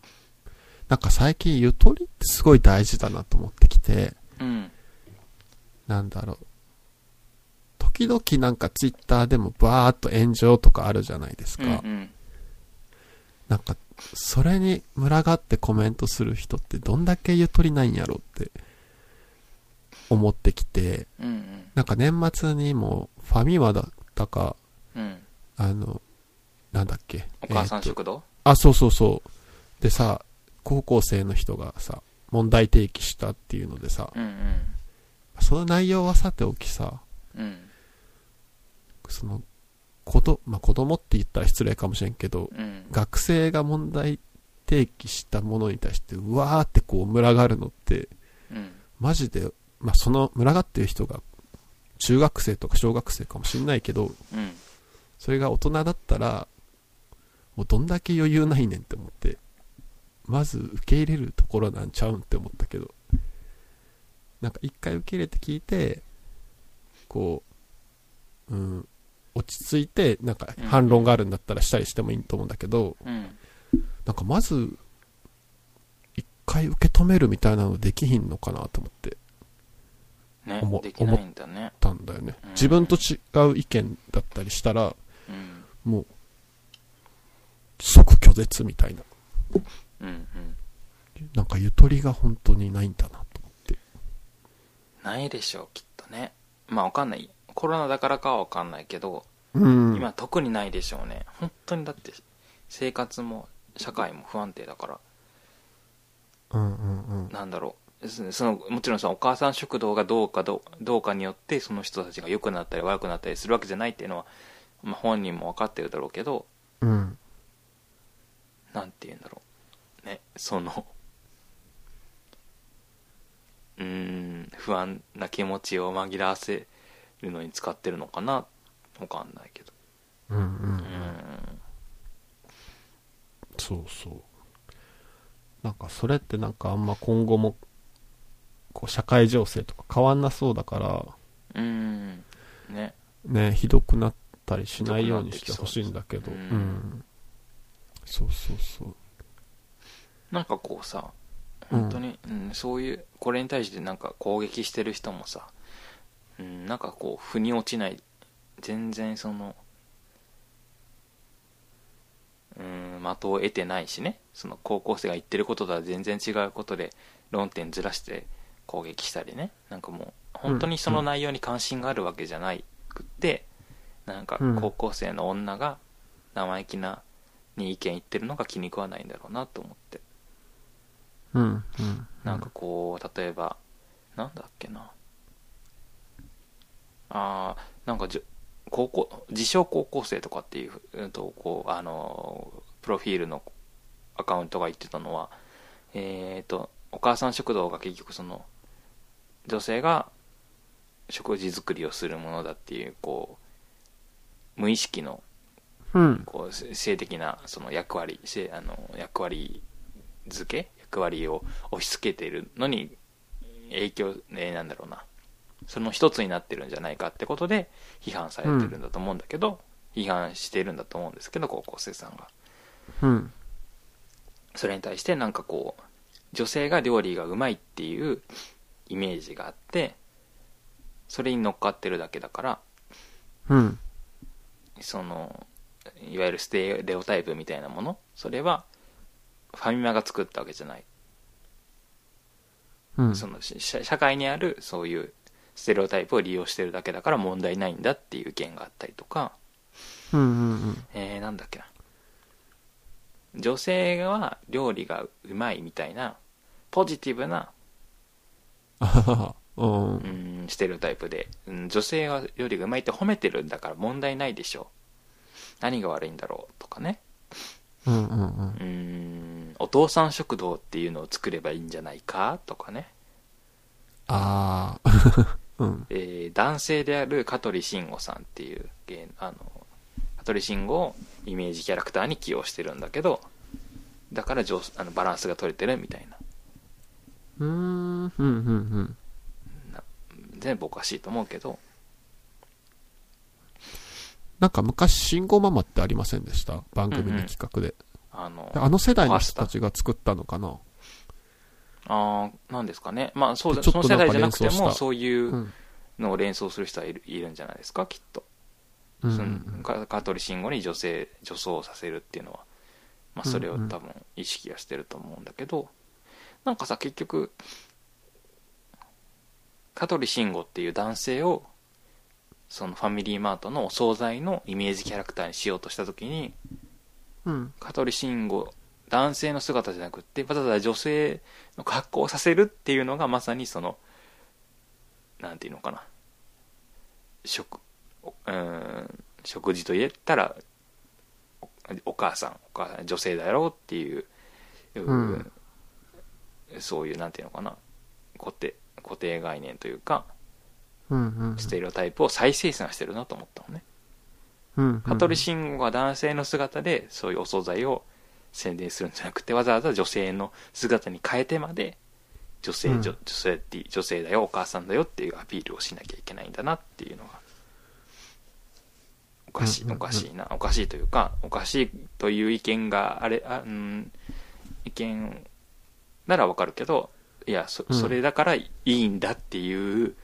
S2: なんか最近ゆとりってすごい大事だなと思ってきて、
S1: うん
S2: なんだろう。時々なんかツイッターでもバーっと炎上とかあるじゃないです
S1: う
S2: か。
S1: んうん
S2: なんか、それに群がってコメントする人ってどんだけゆとりないんやろって思ってきて、
S1: うんうん
S2: なんか年末にもファミマだったか、
S1: うん
S2: あの、なんだっけ。
S1: お母さん
S2: えーと
S1: 食堂、
S2: あ、そうそうそう。でさ、高校生の人がさ、問題提起したっていうのでさ、
S1: うん
S2: その内容はさておきさ、
S1: うんうん
S2: その、子ど、まあ、子供って言ったら失礼かもしれんけど、
S1: うん
S2: 学生が問題提起したものに対して、うわーってこう群がるのって、
S1: うん
S2: マジで、まあ、その群がってる人が、中学生とか小学生かもしんないけど、
S1: うん
S2: それが大人だったら、もうどんだけ余裕ないねんって思って、まず受け入れるところなんちゃうんって思ったけど、なんか一回受け入れて聞いて、こう、うん、落ち着いて、なんか反論があるんだったらしたりしてもいいと思うんだけど、
S1: うん
S2: なんかまず、一回受け止めるみたいなのできひんのかなと思って
S1: ね
S2: 思
S1: できないんだね
S2: たんだよね
S1: うん。
S2: 自分と違う意見だったりしたら、
S1: うん
S2: もう、即拒絶みたいな。
S1: うんうん
S2: なんかゆとりが本当にないんだなと思って。
S1: ないでしょうきっとねまあわかんないコロナだからかはわかんないけど、
S2: うん
S1: 今特にないでしょうね本当にだって生活も社会も不安定だから
S2: うんうんうん。
S1: なんだろうですねそのもちろんそのお母さん食堂がどうかどうどうかによってその人たちが良くなったり悪くなったりするわけじゃないっていうのは、まあ、本人も分かってるだろうけど
S2: うん。
S1: なんて言うんだろうねそのうーん不安な気持ちを紛らわせるのに使ってるのかなわかんないけど
S2: うんうんう。
S1: うんん
S2: そうそう。なんかそれってなんかあんま今後も、こう社会情勢とか変わんなそうだから、
S1: うんね
S2: ね、ひどくなったりしないようにしてほしいんだけ
S1: ひど
S2: ど。
S1: くなってき
S2: う
S1: そうですね
S2: ん。そうそうそう。
S1: なんかこうさ
S2: うん
S1: 本当に、うんそういうこれに対してなんか攻撃してる人もさ、うん、なんかこう腑に落ちない全然そのうん的を得てないしねその高校生が言ってることとは全然違うことで論点ずらして攻撃したりねなんかもう本当にその内容に関心があるわけじゃないくって、なんか
S2: うん
S1: 高校生の女が生意気なに意見言ってるのが気に食わないんだろうなと思って
S2: うん。うん。
S1: なんかこう例えばなんだっけなあーなんかじゅ高校自称高校生とかっていう,、うん、とこうあのープロフィールのアカウントが言ってたのはえっ、とお母さん食堂が結局その女性が食事作りをするものだっていうこう無意識の
S2: うん。
S1: こうせ性的なその役割性あの役割付け役割を押し付けているのに影響、ね、なんだろうなその一つになってるんじゃないかってことで批判されてるんだと思うんだけど、批判してるんだと思うんですけど高校生さんが
S2: うん。
S1: それに対してなんかこう女性が料理がうまいっていうイメージがあってそれに乗っかってるだけだから
S2: うん。
S1: そのいわゆるステレオタイプみたいなものそれはファミマが作ったわけじゃない、
S2: うん。
S1: そのし社社会にあるそういうステレオタイプを利用してるだけだから問題ないんだっていう意見があったりとか
S2: うんうんうん。
S1: えー、なんだっけな女性は料理がうまいみたいなポジティブな
S2: あはは。う。
S1: うんーんステレオタイプで、うん、女性は料理がうまいって褒めてるんだから問題ないでしょ何が悪いんだろうとかね
S2: うんうんうん
S1: う。ーんお父さん食堂っていうのを作ればいいんじゃないかとかね、
S2: ああ。うん。
S1: えー男性である香取慎吾さんっていう芸あの香取慎吾をイメージキャラクターに起用してるんだけどだから上あのバランスが取れてるみたいな
S2: うーん。うんうんうん。
S1: な全部おかしいと思うけど
S2: なんか昔、信号ママってありませんでした番組の企画で。
S1: あの
S2: であの世代の人たちが作ったのかな
S1: あーなんですかねまあそうだ
S2: ちょ
S1: そ
S2: っと
S1: の世代じゃなく
S2: な
S1: て
S2: んか連想
S1: も
S2: した。
S1: そういううんのを連想する人はいるいるんじゃないですかきっと、
S2: う
S1: その
S2: ん。
S1: か香取慎吾に女性女装させるっていうのは、まあ、それを多分意識はしてると思うんだけど、なんかさ結局香取慎吾っていう男性をそのファミリーマートのお惣菜のイメージキャラクターにしようとした時に
S2: うん。
S1: 香取慎吾男性の姿じゃなくってわざわざ女性の格好をさせるっていうのがまさにそのなんていうのかな食うーん食事と言ったらおお母さんお母さん女性だろうっていう、
S2: ん
S1: そういうなんていうのかな固定固定概念というか
S2: うんうん。
S1: ステレオタイプを再生産してるなと思ったのね。
S2: うん。
S1: 香取慎吾が男性の姿でそういうお惣菜を宣伝するんじゃなくてわざわざ女性の姿に変えてまで女性,、
S2: うん
S1: 女女性って女性だよお母さんだよっていうアピールをしなきゃいけないんだなっていうのがおかしい、
S2: うんうんうん
S1: おかしいなおかしいというかおかしいという意見があれあうん意見ならわかるけどいやそ
S2: うん
S1: それだからいいんだっていう、うん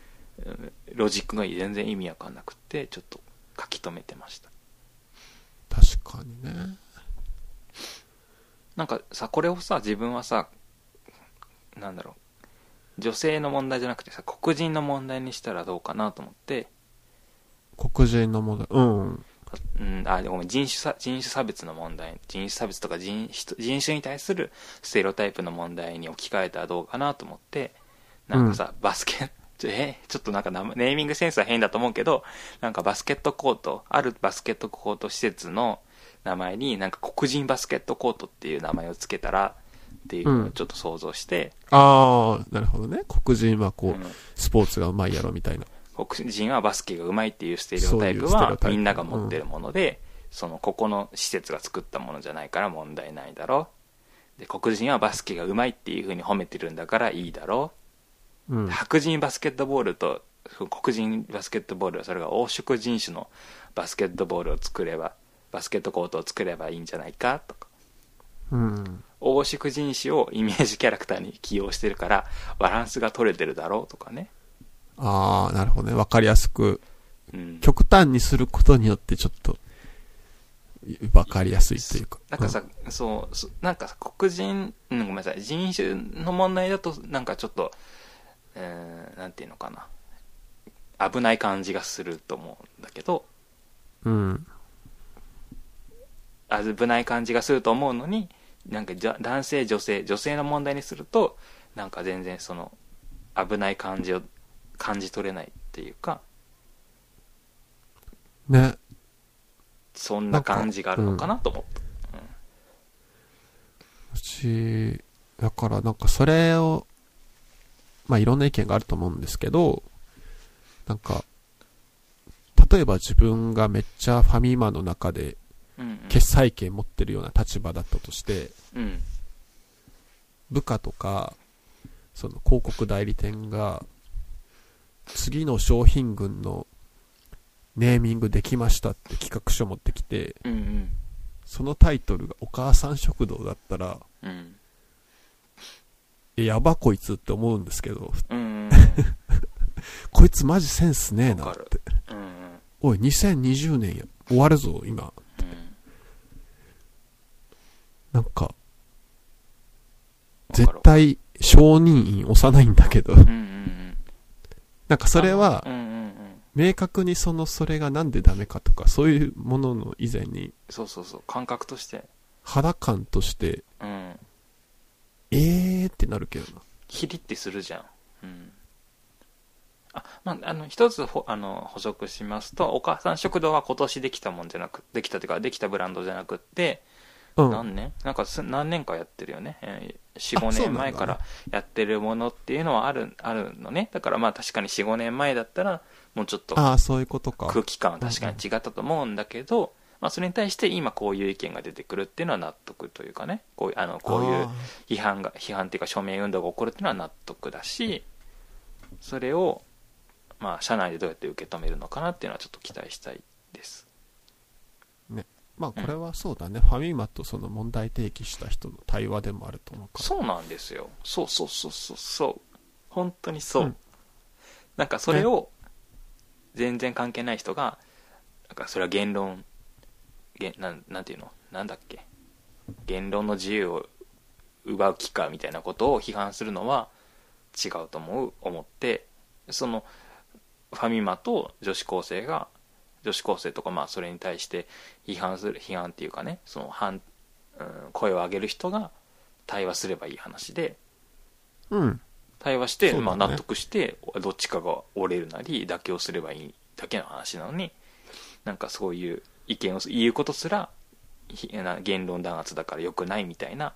S1: ロジックが全然意味わかんなくてちょっと書き留めてました。
S2: 確かにね。
S1: なんかさこれをさ自分はさなんだろう女性の問題じゃなくてさ黒人の問題にしたらどうかなと思って、
S2: 黒人の問題。うん。
S1: うん、あごめん人種差人種差別の問題人種差別とか人人人種に対するステレオタイプの問題に置き換えたらどうかなと思ってなんかさ、バスケちょえちょっとなんか名前ネーミングセンスは変だと思うけどなんかバスケットコートあるバスケットコート施設の名前になんか黒人バスケットコートっていう名前をつけたらっていうのをちょっと想像して、
S2: ああ、なるほどね。黒人はこう、
S1: うん
S2: スポーツがうまいやろみたいな。
S1: 黒人はバスケがうまいっていうステレオタイプ
S2: そういうステレオ
S1: は
S2: タイプ
S1: みんなが持ってるもので、そのここの施設が作ったものじゃないから問題ないだろうで黒人はバスケがうまいっていうふうに褒めてるんだからいいだろ
S2: う。
S1: うん白人バスケットボールと黒人バスケットボールはそれが黄色人種のバスケットボールを作ればバスケットコートを作ればいいんじゃないかとか
S2: うん。
S1: 黄色人種をイメージキャラクターに起用してるからバランスが取れてるだろうとかね、
S2: ああ、なるほどね。わかりやすく、
S1: うん、
S2: 極端にすることによってちょっと、わかりやすいというか。
S1: なんかさ、そうそ、なんかさ黒人、うん、ごめんなさい、人種の問題だと、なんかちょっと、うーん、なんていうのかな、危ない感じがすると思うんだけど、
S2: うん、うん。
S1: 危ない感じがすると思うのに、なんかじゃ男性、女性、女性の問題にすると、なんか全然その、危ない感じを感じ取れないっていうか、
S2: ね。
S1: そんな感じがあるのかなと思った。
S2: うち、だからなんかそれを、まあいろんな意見があると思うんですけど、なんか、例えば自分がめっちゃファミマの中で
S1: うんうん
S2: 決裁権持ってるような立場だったとして、
S1: うん
S2: 部下とか、その広告代理店が、次の商品群のネーミングできましたって企画書持ってきて、
S1: うんうん
S2: そのタイトルがお母さん食堂だったら、
S1: うん
S2: えやばこいつって思うんですけど、
S1: うん うん
S2: こいつマジセンスねえな
S1: わ
S2: っ
S1: かる
S2: て。
S1: うんうんうん
S2: おい、2020年や、終わるぞ、今。なんか、
S1: うんわ
S2: 絶
S1: かる
S2: 対、承認員押さないんだけど、
S1: うんうんうん
S2: なんかそれは
S1: う、んうんうん
S2: 明確にその、それがなんでダメかとか、そういうものの以前に、
S1: そうそうそう感覚として
S2: 肌感として、
S1: うん
S2: えーってなるけどな。
S1: キリってするじゃんうんあまあ、あの一つほあの補足しますとお母さん食堂は今年できたもんじゃなくできたというかできたブランドじゃなくって、
S2: うん。
S1: 何年なんかす何年かやってるよね、えー、45
S2: あそうな
S1: 年
S2: んだ
S1: 前からやってるものっていうのはあるあるのねだからまあ確かに45年前だったらもうちょっと
S2: ああ、そういうことか。
S1: 空気感は確かに違ったと思うんだけど、まあ、それに対して今こういう意見が出てくるっていうのは納得というかねこういうあのこういう
S2: あ
S1: 批判が批判っていうか署名運動が起こるっていうのは納得だしそれをまあ社内でどうやって受け止めるのかなっていうのはちょっと期待したいです
S2: ーまあ、これはそうだね。ファミマとその問題提起した人の対話でもあると思うから。
S1: そうなんですよそうそうそうそうそう本当にそう、
S2: うん
S1: なんかそれを全然関係ない人がなんかそれは言論言なんなんていうのなんだっけ言論の自由を奪う気かみたいなことを批判するのは違うと思う思ってそのファミマと女子高生が女子高生とかまあそれに対して批判する批判っていうかねその反、うん、声を上げる人が対話すればいい話で
S2: うん。
S1: 対話して、
S2: そうだね
S1: まあ、納得してどっちかが折れるなり妥協すればいいだけの話なのになんかそういう意見を言うことすらひな言論弾圧だから良くないみたいな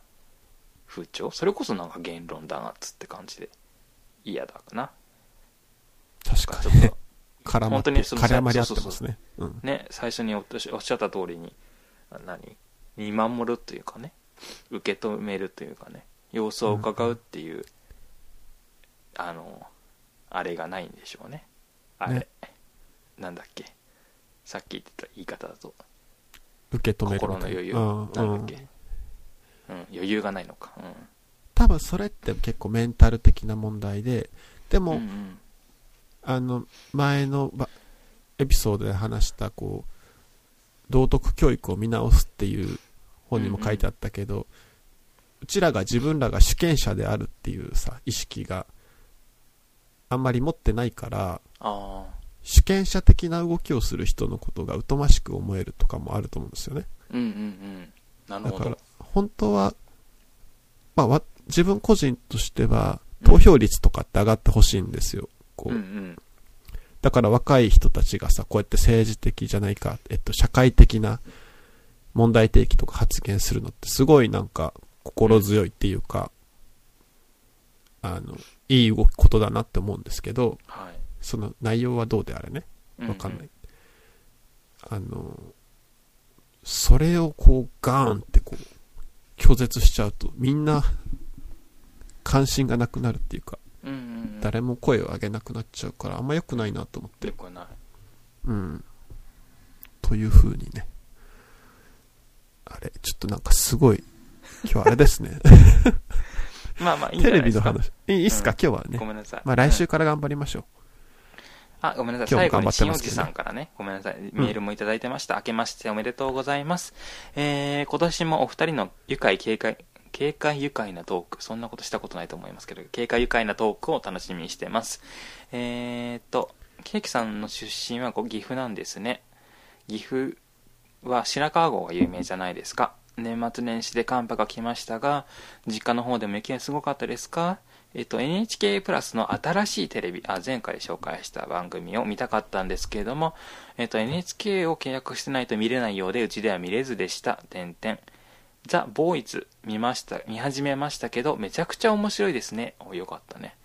S1: 風潮それこそなんか言論弾圧って感じで嫌だななんかち
S2: 確かに
S1: ょっ
S2: ね
S1: と。
S2: 絡まっ
S1: 本当
S2: て、
S1: にその
S2: 絡まり合って
S1: そうそうそう
S2: ますね。うん。
S1: ね最初におっしおっしゃった通りにあ何見守るというかね受け止めるというかね様子を伺うっていう、あのあれがないんでしょうねあれ、
S2: ね
S1: なんだっけさっき言ってた言い方だと
S2: 受け止めるみたい
S1: 心
S2: な。
S1: の余裕、
S2: うん
S1: なんだっ
S2: う
S1: け
S2: ん、
S1: うん余裕がないのか
S2: 多分それって結構メンタル的な問題で、で
S1: うん
S2: も、
S1: うんうん
S2: あの、前のばエピソードで話した、こう、道徳教育を見直すっていう本にも書いてあったけど、うちらが自分らが主権者であるっていうさ、意識があんまり持ってないから、
S1: ああ
S2: 主権者的な動きをする人のことが疎ましく思えるとかもあると思うんですよね。
S1: うんうんうんなる
S2: だ
S1: ほ
S2: から
S1: ど、
S2: 本当は、まあわ、自分個人としては、
S1: うん
S2: 投票率とかって上がってほしいんですよ。こ
S1: うん
S2: う
S1: う、ん
S2: だから若い人たちがさ、こうやって政治的じゃないか、えっと、社会的な問題提起とか発言するのってすごいなんか心強いっていうか、あの、いい動くことだなって思うんですけど、
S1: はい
S2: その内容はどうであれね、
S1: うう
S2: わかんない。あの、それをこうガーンってこう、拒絶しちゃうと、みんな関心がなくなるっていうか、
S1: うんうんうん
S2: 誰も声を上げなくなっちゃうから、あんま良くないなと思って
S1: よ。くない
S2: うん。という風にね。あれ、ちょっとなんかすごい、今日あれですね。
S1: まあ まあいいんじ
S2: テ
S1: ゃない
S2: レ
S1: で
S2: ビ
S1: す
S2: の
S1: か
S2: 話。いいいいっすか、
S1: うん
S2: 今日は
S1: ご
S2: ね。
S1: めんなさい
S2: まあ来週から頑張りましょう。
S1: あ、ごめんなさい。
S2: 今日
S1: 最
S2: も
S1: 後に
S2: 頑張って
S1: 新
S2: ま
S1: お
S2: すけ
S1: じ
S2: どね
S1: さんからね、ごめんなさい。メールもいただいてました。明けましておめでとうございます。えー、今年もお二人の愉快、軽快、軽快愉快なトーク、そんなことしたことないと思いますけど、軽快愉快なトークを楽しみにしてます。えーと、ケーキさんの出身はご岐阜なんですね。岐阜は白川郷が有名じゃないですか。年末年始で寒波が来ましたが、実家の方でも雪がすごかったですかえっと、NHK プラスの新しいテレビ、あ、前回紹介した番組を見たかったんですけれども、えっと、NHK を契約してないと見れないようで、うちでは見れずでした。点々。ザ・ボーイズ見ました、見始めましたけど、めちゃくちゃ面白いですね。お、よかったね。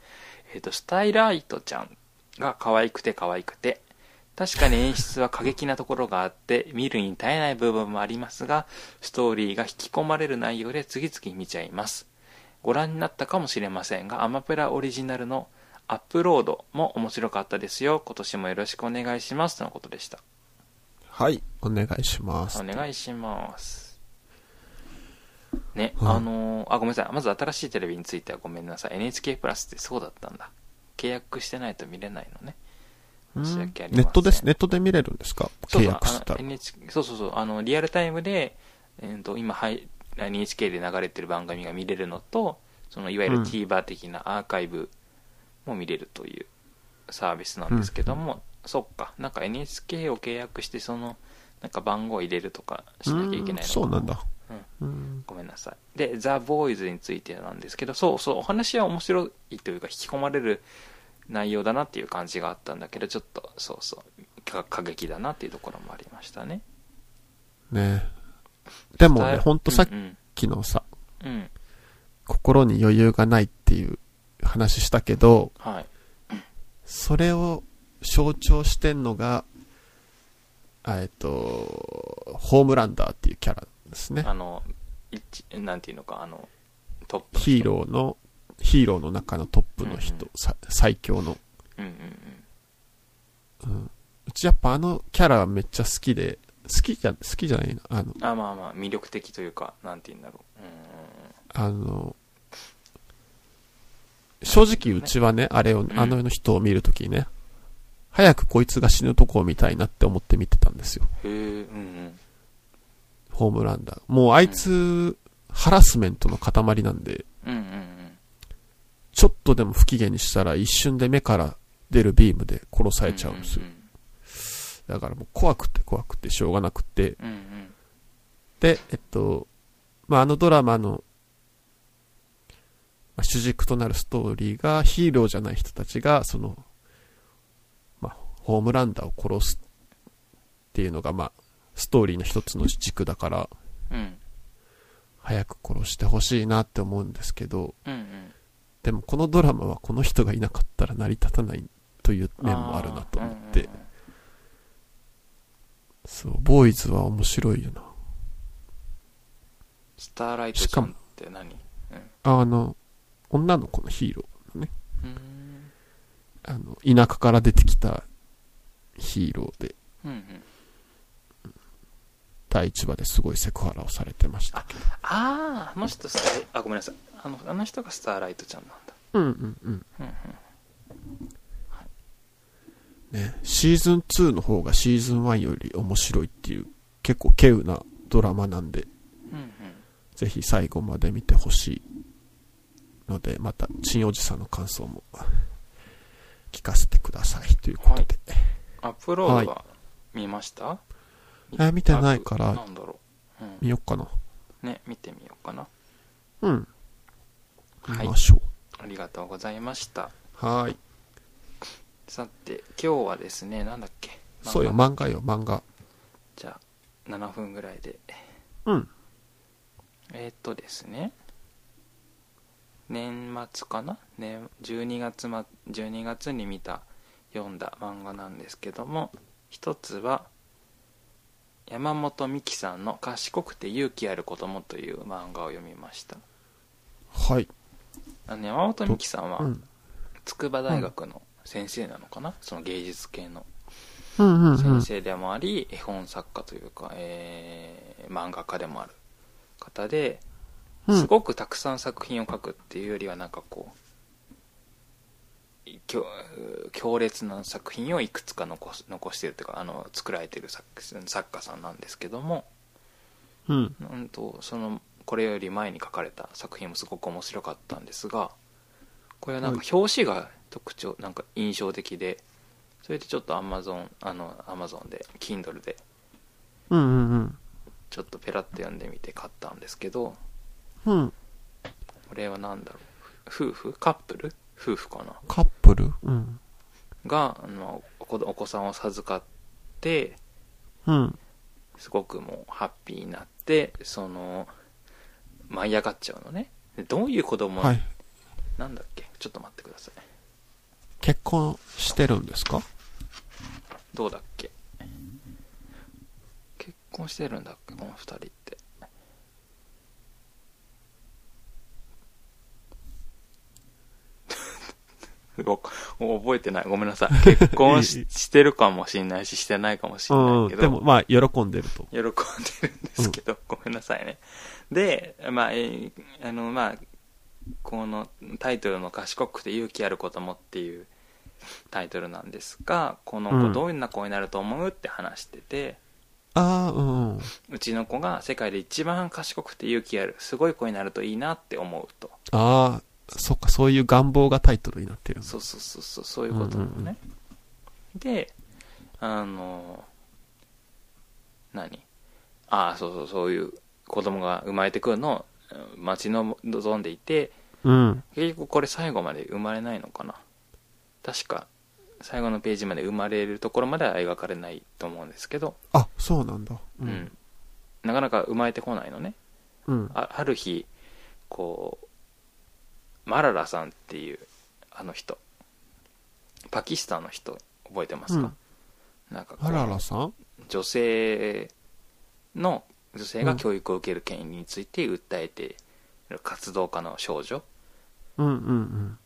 S1: えっと、スタイライトちゃんが可愛くて可愛くて、確かに演出は過激なところがあって、見るに耐えない部分もありますが、ストーリーが引き込まれる内容で次々見ちゃいます。ご覧になったかもしれませんが、アマプラオリジナルのアップロードも面白かったですよ。今年もよろしくお願いします。とのことでした。
S2: はい。お願いします。
S1: お願いします。ね、
S2: うん
S1: あのーあ、ごめんなさい。まず新しいテレビについてはごめんなさい。NHK プラスってそうだったんだ。契約してないと見れないのね。申し訳ありません
S2: ネットです。ネットで見れるんですか
S1: そう
S2: 契
S1: そう
S2: 約してた
S1: あ
S2: ら
S1: の。NHK そうそうそう。あの、リアルタイムで、えー、と今、はい、NHK で流れてる番組が見れるのと、そのいわゆる
S2: うん
S1: TVer 的なアーカイブも見れるというサービスなんですけども、そっか、なんか NHK を契約して、その、なんか番号入れるとかしなきゃいけないのか
S2: うんそうなんだ。
S1: うん
S2: うん
S1: ごめんなさい。で、ザ・ボーイズについてなんですけど、そうそう、お話は面白いというか、引き込まれる内容だなっていう感じがあったんだけど、ちょっと、そうそう、か過激だなっていうところもありましたね。
S2: ねでもね、
S1: 伝え
S2: ほんとさっ
S1: うん
S2: きのさ、
S1: うん、うん
S2: 心に余裕がないっていう話したけど、
S1: はい。
S2: それを象徴してんのが、あえっと、ホームランダーっていうキャラですね
S1: あ。の、一なんていうのか、あの、トップの人。
S2: ヒーローの、ヒーローの中のトップの人、
S1: うんうん
S2: さ最強の。
S1: うんうん
S2: うんうちやっぱあのキャラめっちゃ好きで、好きじゃ、好きじゃないな。あの、
S1: うん。あ、まあまあ、魅力的というか、なんていうんだろう。うんうんうん。
S2: あの、正直うちはね、あれを、
S1: ん
S2: あの人を見るときにね、早くこいつが死ぬとこを見たいなって思って見てたんですよ。
S1: へえ、うんうん。
S2: ホームランダー。もうあいつ、ハラスメントの塊なんで、
S1: うんうんうん。
S2: ちょっとでも不機嫌にしたら一瞬で目から出るビームで殺されちゃうんですよ。だからもう怖くて怖くてしょうがなくて、
S1: うんうん。
S2: で、えっと、まあ、あのドラマの、まあ、主軸となるストーリーがヒーローじゃない人たちが、その、まあ、ホームランダーを殺すっていうのが、まあ、ストーリーの一つの軸だから、
S1: うんうん。
S2: 早く殺してほしいなって思うんですけど、
S1: うんうん。
S2: でもこのドラマはこの人がいなかったら成り立たないという面もあるなと思って、
S1: あーうんうんうん
S2: そう、ボーイズは面白いよな。
S1: スターライトちゃんって何
S2: あの、女の子のヒーロー。
S1: うん
S2: あの、田舎から出てきたヒーローで、
S1: うんうん
S2: 第一話ですごいセクハラをされてましたけど。
S1: あああの人スターあごめんなさいあのあの人がスターライトちゃんなんだ
S2: うんうんうん。
S1: うんうん
S2: ね、シーズン2の方がシーズン1より面白いっていう、結構稀有なドラマなんで、
S1: うんうん
S2: ぜひ最後まで見てほしいので、また、チンおじさんの感想も聞かせてくださいということで。
S1: アップロードは見ました、
S2: え見てないか
S1: あ
S2: ら
S1: なんだろう、う
S2: 見よっかな。
S1: ん、ね見てみようかな
S2: うん。
S1: はい
S2: 見ましょ
S1: ありがとうございました
S2: う。はーい。
S1: さて今日はですねなんだっけ
S2: そうよ、
S1: なんか
S2: 漫画よ、漫画。
S1: じゃあ7分ぐらいで
S2: うん。
S1: えーっとですね年末かな、年12月ま12月に見た読んだ漫画なんですけども一つは山本美樹さんの「賢くて勇気ある子供という漫画を読みました
S2: はい。
S1: あの山本美樹さんは
S2: うん。
S1: 筑波大学の先生なのかな、その芸術系の
S2: うんうんうん
S1: 先。生でもあり、絵本作家というか、えー漫画家でもある方で
S2: うん
S1: すごくたくさん作品を書くっていうよりはなんかこう強強烈な作品をいくつか残す残してるというかあの作られてる作作家さんなんですけども、
S2: うん。
S1: うんとそのこれより前に書かれた作品もすごく面白かったんですがこれはなんか
S2: はい
S1: 表紙が特徴なんか印象的でそれでちょっとアマゾンあのアマゾンで Kindle で
S2: うんうん
S1: ちょっとペラッと読んでみて買ったんですけど
S2: うん。うん。
S1: これは何だろう夫婦カップル夫婦かな
S2: カップルうん。
S1: があのお子お子さんを授かって
S2: うん。
S1: すごくもうハッピーになってその舞い上がっちゃうのねでどういう子供、
S2: はい。
S1: なんだっけちょっと待ってください
S2: 結婚してるんですか
S1: どうだっけ結婚してるんだっけこの2人って ご覚えてないごめんなさい結婚し
S2: いい
S1: してるかもしんないししてないかもしんないけど
S2: でも、まあ、喜んでると。
S1: 喜んでるんですけど、ごめんなさいねでまあ、えーあのまあこのタイトルの「賢くて勇気ある子供っていうタイトルなんですがこの
S2: う
S1: 子
S2: ん
S1: どんな子になると思うって話してて、
S2: ああうん
S1: うちの子が世界で一番賢くて勇気あるすごい子になるといいなって思うと
S2: ああそっかそういう願望がタイトルになってる
S1: そうそうそうそうそういうことなのね、
S2: うんうんうん
S1: であの何ああそうそうそういう子供が生まれてくるのを待ち望んでいて
S2: うん
S1: 結局これ最後まで生まれないのかな確か最後のページまで生まれるところまでは描かれないと思うんですけど、
S2: あそうなんだう
S1: うんなかなか生まれてこないのね
S2: うん
S1: あある日こうマララさんっていうあの人パキスタンの人覚えてますか、なんかこう
S2: あららさん
S1: 女性の女性が教育を受ける権利について訴えている活動家の少女
S2: うんうん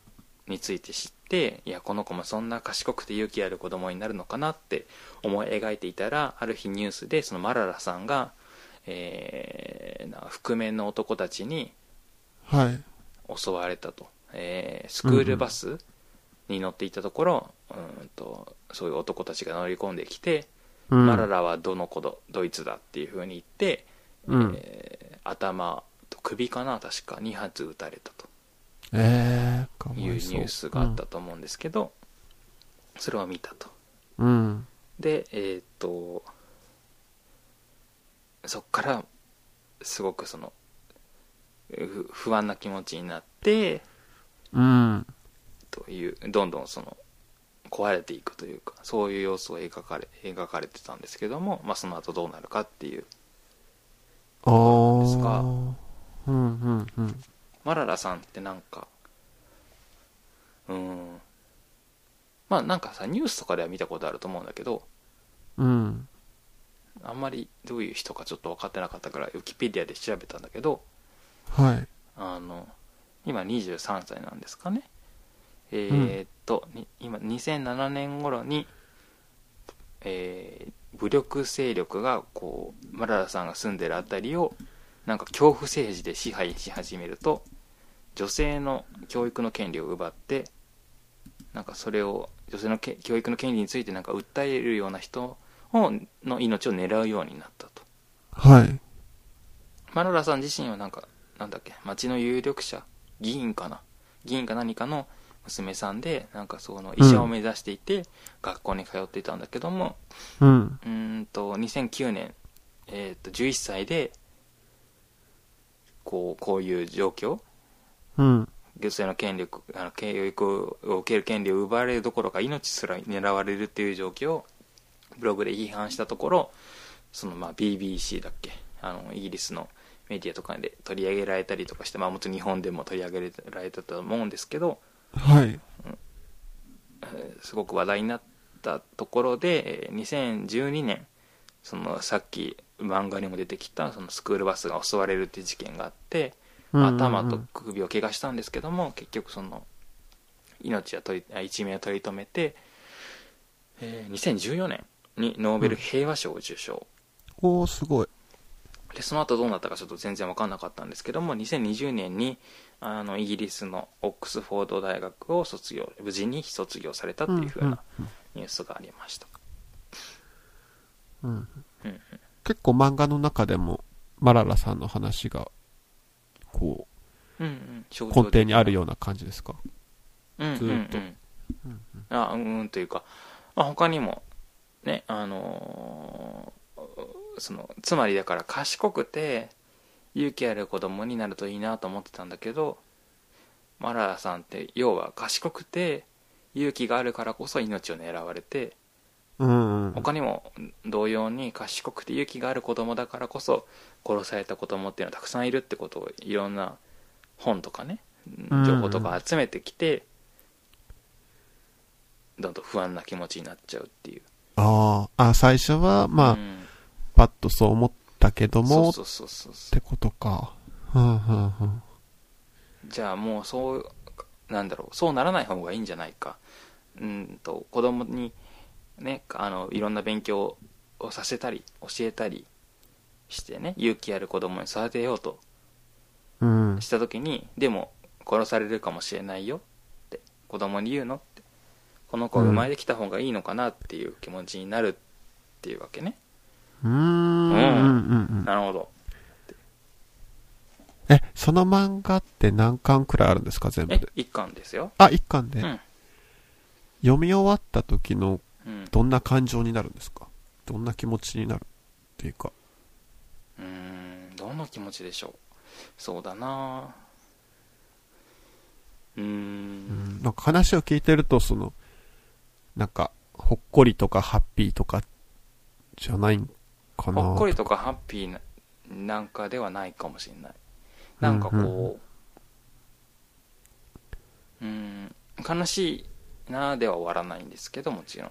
S1: について知っていやこの子もそんな賢くて勇気ある子供になるのかなって思い描いていたらある日ニュースでそのマララさんが、えーな覆面の男たちに
S2: うんはい
S1: 襲われたと、えースクールバスに乗っていたところ、うーんとそういう男たちが乗り込んできて、
S2: うん
S1: マララはどの子どドイツだっていうふうに言って、
S2: うん
S1: えー頭と首かな確か2発撃たれた
S2: えー、かわ
S1: と
S2: いそう
S1: いうニュースがあったと思うんですけど、それを見たと
S2: うん
S1: でえーっとそっからすごくそのふ不安な気持ちになって
S2: うん
S1: というどんどんその壊れていくというかそういう様子を描かれ描かれてたんですけども、まあ、その後どうなるかっていう
S2: ああ
S1: ですか
S2: うんうんうん
S1: マララさんってなんかうーんまあなんかさニュースとかでは見たことあると思うんだけど
S2: うん
S1: あんまりどういう人かちょっと分かってなかったからウィキペディアで調べたんだけど
S2: はい
S1: あの今23歳なんですかねえーっと、に今2007年頃に、えー武力勢力がこうマララさんが住んでるあたりをなんか恐怖政治で支配し始めると女性の教育の権利を奪ってなんかそれを女性のけ教育の権利についてなんか訴えるような人をの命を狙うようになったと
S2: はい
S1: マララさん自身はなんかなんだっけ町の有力者議員かな議員か何かの娘さんでなんかその医者を目指していて、学校に通っていたんだけども
S2: うん
S1: うーんと2009年、えー、と11歳でこうこういう状況
S2: うん
S1: 女性の権力あの教育を受ける権利を奪われるどころか命すら狙われるっていう状況をブログで批判したところそのまあ BBC だっけあのイギリスのメディアとかで取り上げられたりとかしてまあもちろん日本でも取り上げられたと思うんですけど、
S2: はい
S1: えーすごく話題になったところでえー2012年そのさっき漫画にも出てきたそのスクールバスが襲われるっていう事件があって、頭と首を怪我したんですけども結局その命は取りあ一命を取り留めて、えー2014年にノーベル平和賞を受賞、
S2: おおーすごい
S1: でその後どうなったかちょっと全然分かんなかったんですけども2020年にあのイギリスのオックスフォード大学を卒業無事に卒業されたっていうふうなニュースがありました、
S2: うんうん
S1: うんうん
S2: 結構漫画の中でもマララさんの話がこ
S1: うんうん、象
S2: う
S1: 徴
S2: 根
S1: 的
S2: 底にあるような感じですか
S1: うん
S2: ずーっと
S1: うんうんあうんうんというか、まあ、他にもねあのーそのつまりだから賢くて勇気ある子供になるといいなと思ってたんだけどマララさんって要は賢くて勇気があるからこそ命を狙われて
S2: うんうん
S1: 他にも同様に賢くて勇気がある子供だからこそ殺された子供っていうのはたくさんいるってことをいろんな本とかね
S2: うん
S1: 情報とか集めてきてどんどん不安な気持ちになっちゃうっていう
S2: あーあ最初はまあ、
S1: うん
S2: パッとそう思ったけど
S1: そ
S2: も
S1: う
S2: っ
S1: そうそうそうそ
S2: てことかうんうんうん
S1: うじゃあもうそうなんだろうそうならない方がいいんじゃないかうんと子供にねあのいろんな勉強をさせたり教えたりしてね勇気ある子供に育てようと
S2: うん
S1: した時にでも殺されるかもしれないよって子供に言うのってこの子
S2: うん
S1: 生まれてきた方がいいのかなっていう気持ちになるっていうわけね、
S2: うーんうんうんうん
S1: なるほど
S2: えその漫画って何巻くらいあるんですか全部
S1: え
S2: で
S1: 一巻ですよ
S2: あ一巻で、
S1: うん
S2: 読み終わった時の
S1: うん
S2: どんな感情になるんですかどんな気持ちになるっていうか
S1: うーんどの気持ちでしょうそうだなうーん
S2: なんか話を聞いてると、その、なんか、ほっこりとかハッピーとか、じゃないんかな。
S1: ほっこりとかハッピーななんかではないかもしれないなんかこううーん悲しいなでは終わらないんですけどもちろん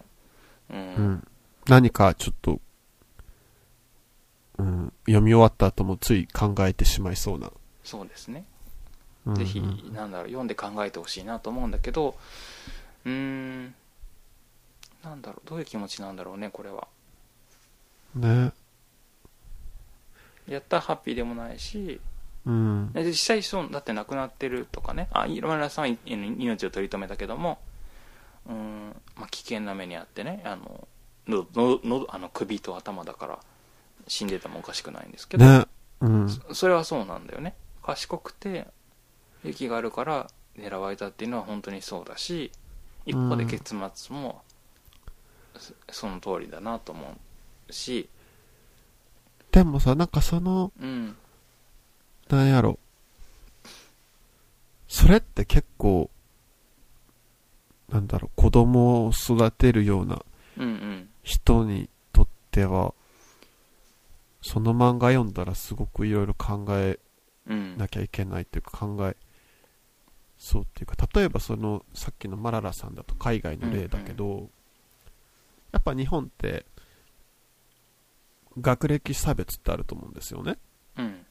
S1: うん、
S2: うん。何かちょっと、うん、読み終わった後もつい考えてしまいそうな。
S1: そうですね
S2: うん
S1: ぜひ
S2: うん
S1: なんだろう読んで考えてほしいなと思うんだけどうーんなんだろうどういう気持ちなんだろうねこれは
S2: ね。
S1: やったハッピーでもないし
S2: うん。
S1: で実際そうだって亡くなってるとかねあいろんなさんはい命を取り留めたけどもうーん、まあ、危険な目にあってねあののののあの首と頭だから死んでてもおかしくないんですけど、
S2: ね。うん。
S1: そそれはそうなんだよね賢くて勇気があるから狙われたっていうのは本当にそうだし一方で結末もそその通りだなと思うし
S2: でもさ、なんかその、
S1: うん
S2: なんやろ。それって結構、なんだろう、子供を育てるような
S1: うんうん
S2: 人にとっては、その漫画読んだらすごくいろいろ考え
S1: うん
S2: なきゃいけないというか考え、そうっていうか、例えばそのさっきのマララさんだと海外の例だけど、やっぱ日本って学歴差別ってあると思うんですよね。
S1: うん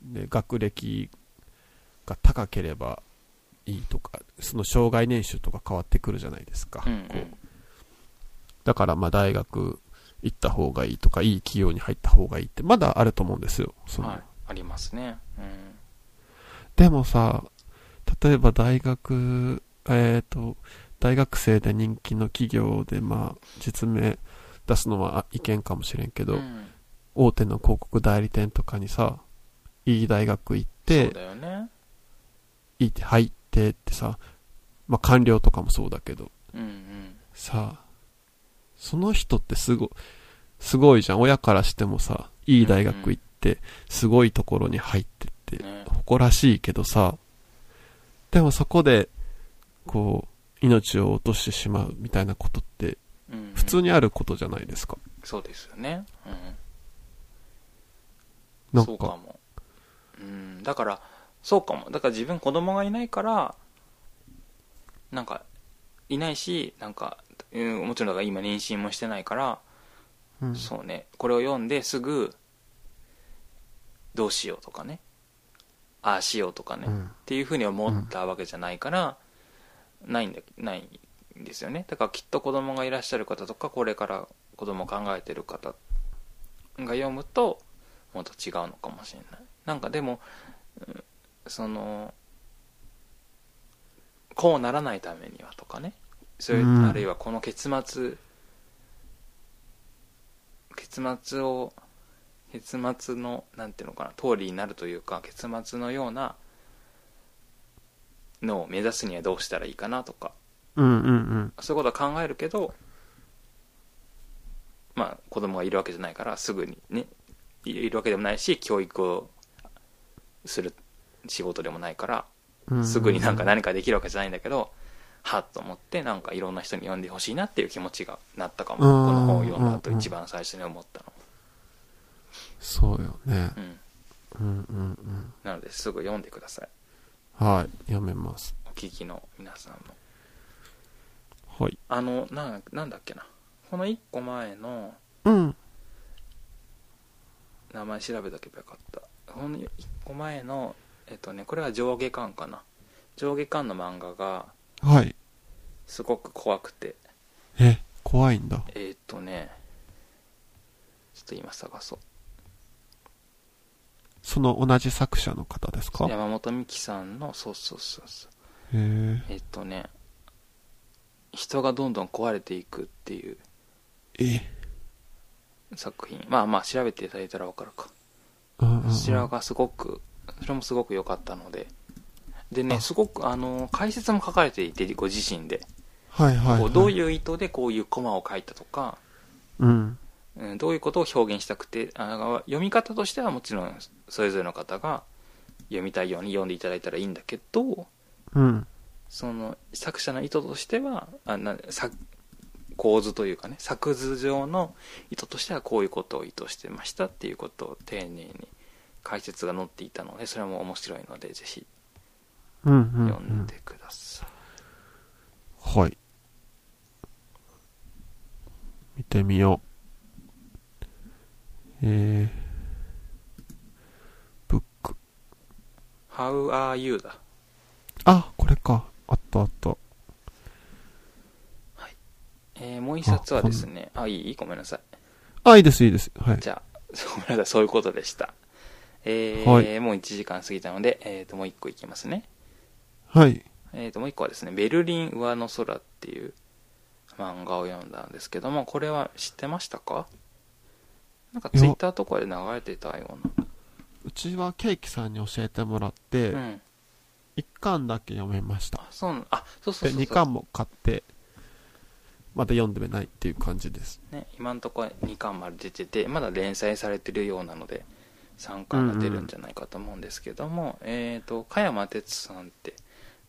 S2: で学歴が高ければいいとか、その障害年収とか変わってくるじゃないですか。
S1: うんう
S2: こうんだからまあ大学行った方がいいとか、いい企業に入った方がいいって、まだあると思うんですよ。その
S1: はい、ありますね。うん。
S2: でもさ、例えば大学、えっ、と、大学生で人気の企業で、まあ、実名出すのはあ意見かもしれんけど、
S1: うん
S2: 大手の広告代理店とかにさ、いい大学行っ
S1: そうだ
S2: て、
S1: よね。
S2: いいって入ってってさ、まあ官僚とかもそうだけど、
S1: うんうん。
S2: さその人ってすご、すごいじゃん。親からしてもさ、いい大学行って、すごいところに入ってって、
S1: ね
S2: 誇らしいけどさ、でもそこで、こう、命を落としてしまうみたいなことって、
S1: うんうん
S2: 普通にあることじゃないですか。
S1: そうですよね。う。
S2: なんん
S1: そう
S2: か、
S1: かも。うん。だから、そうかも。だから自分子供がいないから、なんか、いないし、なんか、うん、もちろんだから今妊娠もしてないから、
S2: うん
S1: そうね、これを読んですぐ、どうしようとかね、ああしようとかね、
S2: うん
S1: っていうふうに思ったわけじゃないから、ないんだないんですよねだからきっと子供がいらっしゃる方とかこれから子供を考えてる方が読むとまた違うのかもしれないなんかでもうんそのこうならないためにはとかねそれ
S2: うん
S1: あるいはこの結末結末を結末のなんていうのかな通りになるというか結末のようなのを目指すにはどうしたらいいかなとか
S2: うんうんうん。
S1: そういうことは考えるけどまあ子供がいるわけじゃないからすぐにねいいるわけでもないし教育をする仕事でもないから
S2: うんうん
S1: すぐになんか何かできるわけじゃないんだけどはっと思ってなんかいろんな人に読んでほしいなっていう気持ちがなったかもこ
S2: うん
S1: の本を読んだ後一番最初に思ったの
S2: そうよね。
S1: うん
S2: うんうん
S1: なのですぐ読んでください
S2: うん。はい、読めます。
S1: お聞きの皆さんも
S2: はい。
S1: あのななんだっけなこの1個前の
S2: うん。
S1: 名前調べとけばよかったほんの1個前のえっとねこれは上下巻かな上下巻の漫画が
S2: はい。
S1: すごく怖くて
S2: え、怖いんだ。
S1: えっとねちょっと今探そう
S2: その同じ作者の方ですかへ
S1: 山本美樹さんのそうそうそうそう
S2: え
S1: えっとね人がどんどん壊れていくっていう
S2: え
S1: 作品まあまあ調べていただいたら分かるか
S2: うんうんうん
S1: そちらがすごくそれもすごく良かったのででね
S2: あ
S1: すごくあの解説も書かれていてご自身で
S2: はいはい、はい、
S1: こうどういう意図でこういうコマを書いたとか
S2: うん
S1: うんどういうことを表現したくてあの読み方としてはもちろんそれぞれの方が読みたいように読んでいただいたらいいんだけど
S2: うん
S1: その作者の意図としてはあな作構図というかね作図上の意図としてはこういうことを意図してましたっていうことを丁寧に解説が載っていたのでそれも面白いのでぜひ
S2: うんうん、うん、
S1: 読んでください、
S2: はい。見てみよう。えー、ブック。
S1: How are you だ
S2: あ、これか。あったあった。
S1: えーもう一冊はですねあいいごめんなさい
S2: あ、いいですいいです。はい。
S1: じゃあ、 ごめんなさい、そういうことでした。えー
S2: はい
S1: もう1時間過ぎたので、えー、ともう1個いきますね。
S2: はい。
S1: えー、ともう1個はですね、ベルリン上の空っていう漫画を読んだんですけども、これは知ってましたかなんか
S2: いや
S1: ツイッターとかで流れてたよう
S2: うちはケーキさんに教えてもらって、
S1: な。うん。
S2: 一巻だけ読めました
S1: あ。、そうなあ、そうそう
S2: で、
S1: そう
S2: 二
S1: そう。
S2: 巻も買って、まだ読んでないっていう感じです。
S1: ね、今んとこ2巻まで出てて、まだ連載されてるようなので、3巻が出るんじゃないかと思うんですけども、えっ、と、加山哲さんって、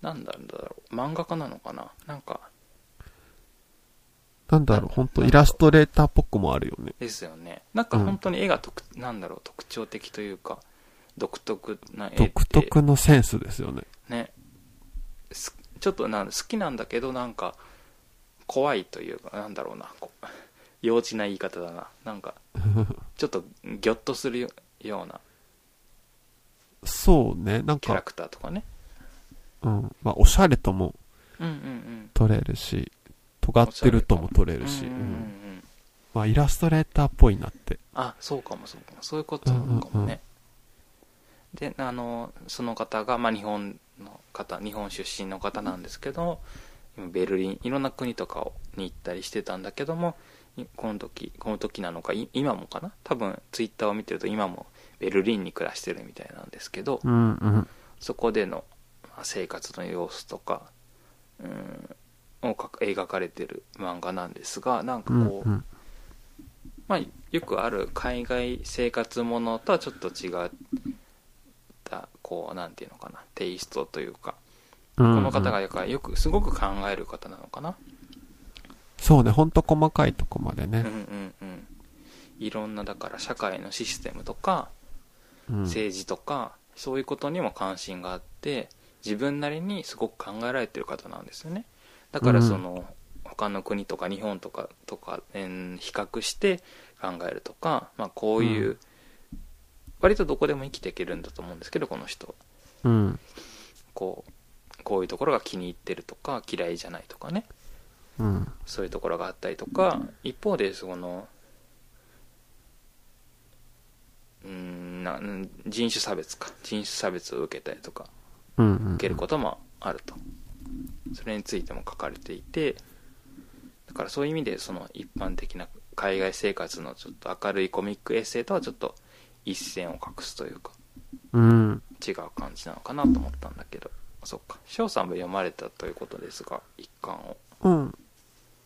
S1: なんだろう、漫画家なのかななんか、
S2: なんだろう、ほんとイラストレーターっぽくもあるよね。
S1: ですよねなんか
S2: うん
S1: 本当に絵が特、なんだろう特徴的というか独特な絵って
S2: 独特のセンスですよね。
S1: ねすちょっとなん好きなんだけどなんか怖いというかなんだろうなこう 幼稚な言い方だななんかちょっとギョッとするよような
S2: そうね。なん
S1: キャラ
S2: か、
S1: クターとかね
S2: うん。まあ、おしゃれとも
S1: うんうんうん
S2: 取れるし、尖ってるとも取れ
S1: うんう
S2: るし、
S1: んうんう
S2: うん
S1: ん
S2: まあ、イラストレーターっぽいなって。
S1: あそうかもそうかもそういうことなのかもね、であのその方が、まあ、日本の方日本出身の方なんですけど今ベルリンいろんな国とかをに行ったりしてたんだけどもいこの時この時なのかい今もかな多分ツイッターを見てると今もベルリンに暮らしてるみたいなんですけど、
S2: うんうん。
S1: そこでのまあ生活の様子とかうんを描く描かれてる漫画なんですがなんか
S2: う
S1: こう、
S2: んうん。
S1: まあ、よくある海外生活ものとはちょっと違ったこうなんていうのかなテイストというかこ
S2: こ
S1: の方が。よくよくすごく考える方なのかな、
S2: そうね、ほんと細かいとこまで
S1: うん、う
S2: ね
S1: ん。うんいろんなだから社会のシステムとか
S2: うん。
S1: 政治とか、そういうことにも関心があって自分なりにすごく考えられてる方なんですよねだからその、他の国とか日本とかとか、えー比較して考えるとか、まあ、こういう、
S2: うん
S1: 割とどこでも生きていけるんだと思うんですけどこの人
S2: うん。
S1: こうこういうところが気に入ってるとか嫌いじゃないとかね
S2: うん。
S1: そういうところがあったりとか一方でそのうーんなうん人種差別か人種差別を受けたりとか
S2: うんうん。
S1: 受けることもあるとそれについても書かれていてだからそういう意味でその一般的な海外生活のちょっと明るいコミックエッセイとはちょっと一線を画すというか
S2: うん。
S1: 違う感じなのかなと思ったんだけどそっか翔さんも読まれたということですが一巻を
S2: うん。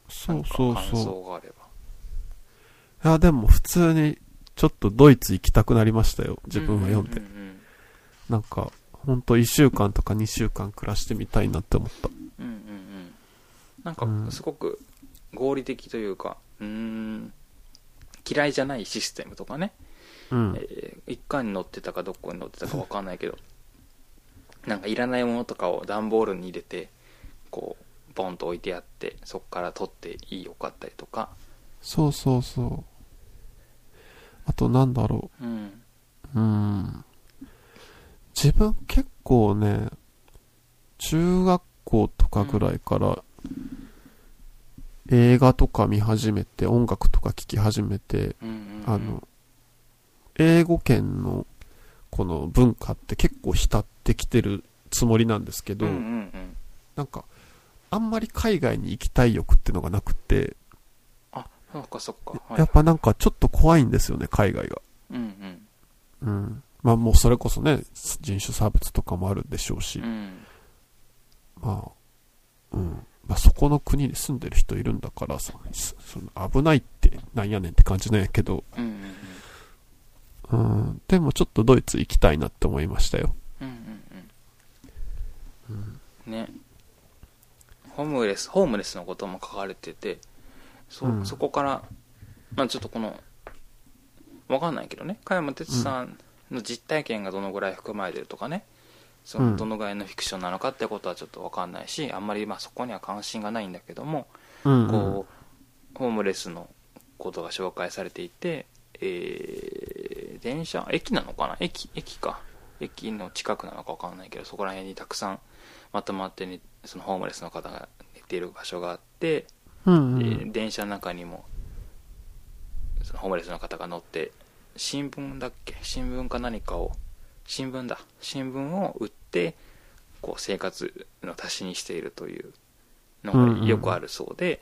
S2: そ
S1: な
S2: うん
S1: か
S2: そう
S1: 感
S2: そ
S1: 想があれば
S2: う。いや、でも普通に、ちょっとドイツ行きたくなりましたよ。自分は読んで
S1: う。ん
S2: なんか、ほんと1週間とか2週間暮らしてみたいなって思った。
S1: うんうんうんうんうんなん
S2: うん
S1: かすごく合理的というかうーん嫌いじゃないシステムとかね
S2: うん。
S1: えー一巻に載ってたかどこに載ってたか分かんないけどなんかいらないものとかを段ボールに入れてこうボンと置いてあってそこから取っていいよかったりとか
S2: そうそうそう。あとなんだろう。
S1: うん
S2: うん。自分結構ね、中学校とかぐらいから、映画とか見始めて、音楽とか聴き始めて、
S1: うんうんうん
S2: あの、英語圏のこの文化って結構浸ってきてるつもりなんですけど、
S1: うんうんうん
S2: なんかあんまり海外に行きたい欲ってのがなくて、
S1: あそっかそっかはい
S2: やっぱなんかちょっと怖いんですよね海外が
S1: うん
S2: うんまあもうそれこそね人種差別とかもあるでしょうし、
S1: うんうん
S2: まあ、うん。まあ、そこの国に住んでる人いるんだからさ、そその危ないってなんやねんって感じなんやけど、
S1: うんうん
S2: うん。でもちょっとドイツ行きたいなって思いましたよ。
S1: うんうんうんねホームレスホームレスのことも書かれててそ,、
S2: うん
S1: そこからまあちょっとこのわかんないけどね加山哲さんの実体験がどのぐらい含まれてるとかねそうの
S2: ん
S1: どのぐらいのフィクションなのかってことはちょっとわかんないしあんまりまあそこには関心がないんだけども、
S2: うん、
S1: こうホームレスのことが紹介されていて、えー電車駅なのかな駅駅か駅の近くなのか分かんないけどそこら辺にたくさんまとまって、ね、そのホームレスの方が寝ている場所があって、
S2: うん。うん
S1: で
S2: うん。
S1: 電車の中にもそのホームレスの方が乗って新聞だっけ新聞か何かを新聞だ新聞を売ってこう生活の足しにしているというのがよくあるそうで、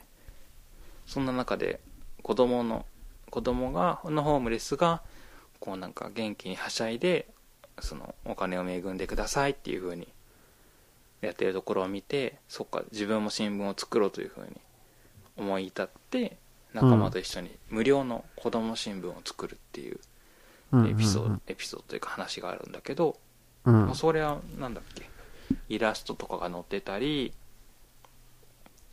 S1: そんな中で子供の子供がのホームレスがこうなんか元気にはしゃいでそのお金を恵んでくださいっていう風にやってるところを見てそっか自分も新聞を作ろうという風に思い至って仲間と一緒に無料の子供新聞を作るっていう
S2: うん
S1: エピソード、エピソードというか話があるんだけど、
S2: うん。
S1: まあそれはなんだっけイラストとかが載ってたり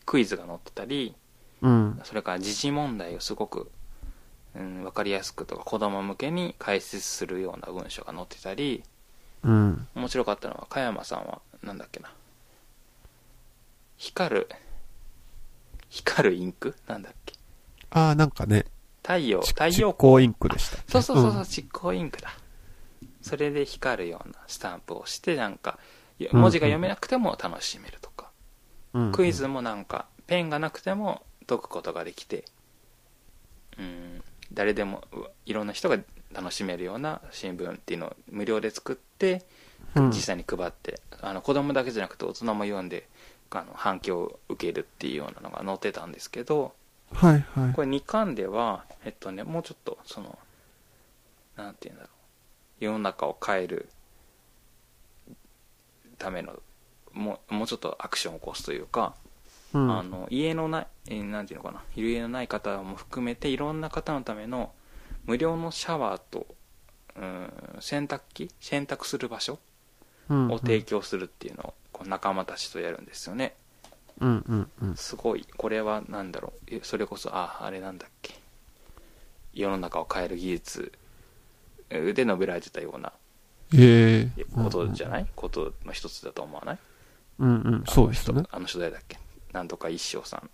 S1: クイズが載ってたり
S2: うん。
S1: それから時事問題をすごく、うん、分かりやすくとか子供向けに解説するような文章が載ってたり
S2: うん。
S1: 面白かったのは加山さんはなんだっけな光る光るインクなんだっけ
S2: ああ、なんかね、
S1: 太陽
S2: ち
S1: 太
S2: 蓄
S1: 陽
S2: 光インクでした。
S1: そうそうそうそう、
S2: ん
S1: 蓄光インクだそれで光るようなスタンプをしてなんかよ
S2: うん
S1: 文字が読めなくても楽しめるとか、
S2: うん
S1: クイズもなんかペンがなくても解くことができてうん誰でもういろんな人が楽しめるような新聞っていうのを無料で作って
S2: うん
S1: 実際に配って、あの子供だけじゃなくて大人も読んであの反響を受けるっていうようなのが載ってたんですけど、
S2: はいはい
S1: こ。れ2巻ではえっとねもうちょっとそのなんて言うんだろう世の中を変えるためのもうもうちょっとアクションを起こすというか、
S2: うん
S1: あの家のないえーなんていうのかな家のない方も含めていろんな方のための無料のシャワーとうん洗濯機洗濯する場所
S2: うん
S1: を提供するっていうのをこう仲間たちとやるんですよね。
S2: うんうんうん。
S1: すごいこれは何だろうえそれこそああれなんだっけ世の中を変える技術えで述べられてたような
S2: ええ。
S1: ことじゃない、ことの一つだと思わない
S2: うんうん。そうですね。
S1: あの人誰だっけなんとか一生さん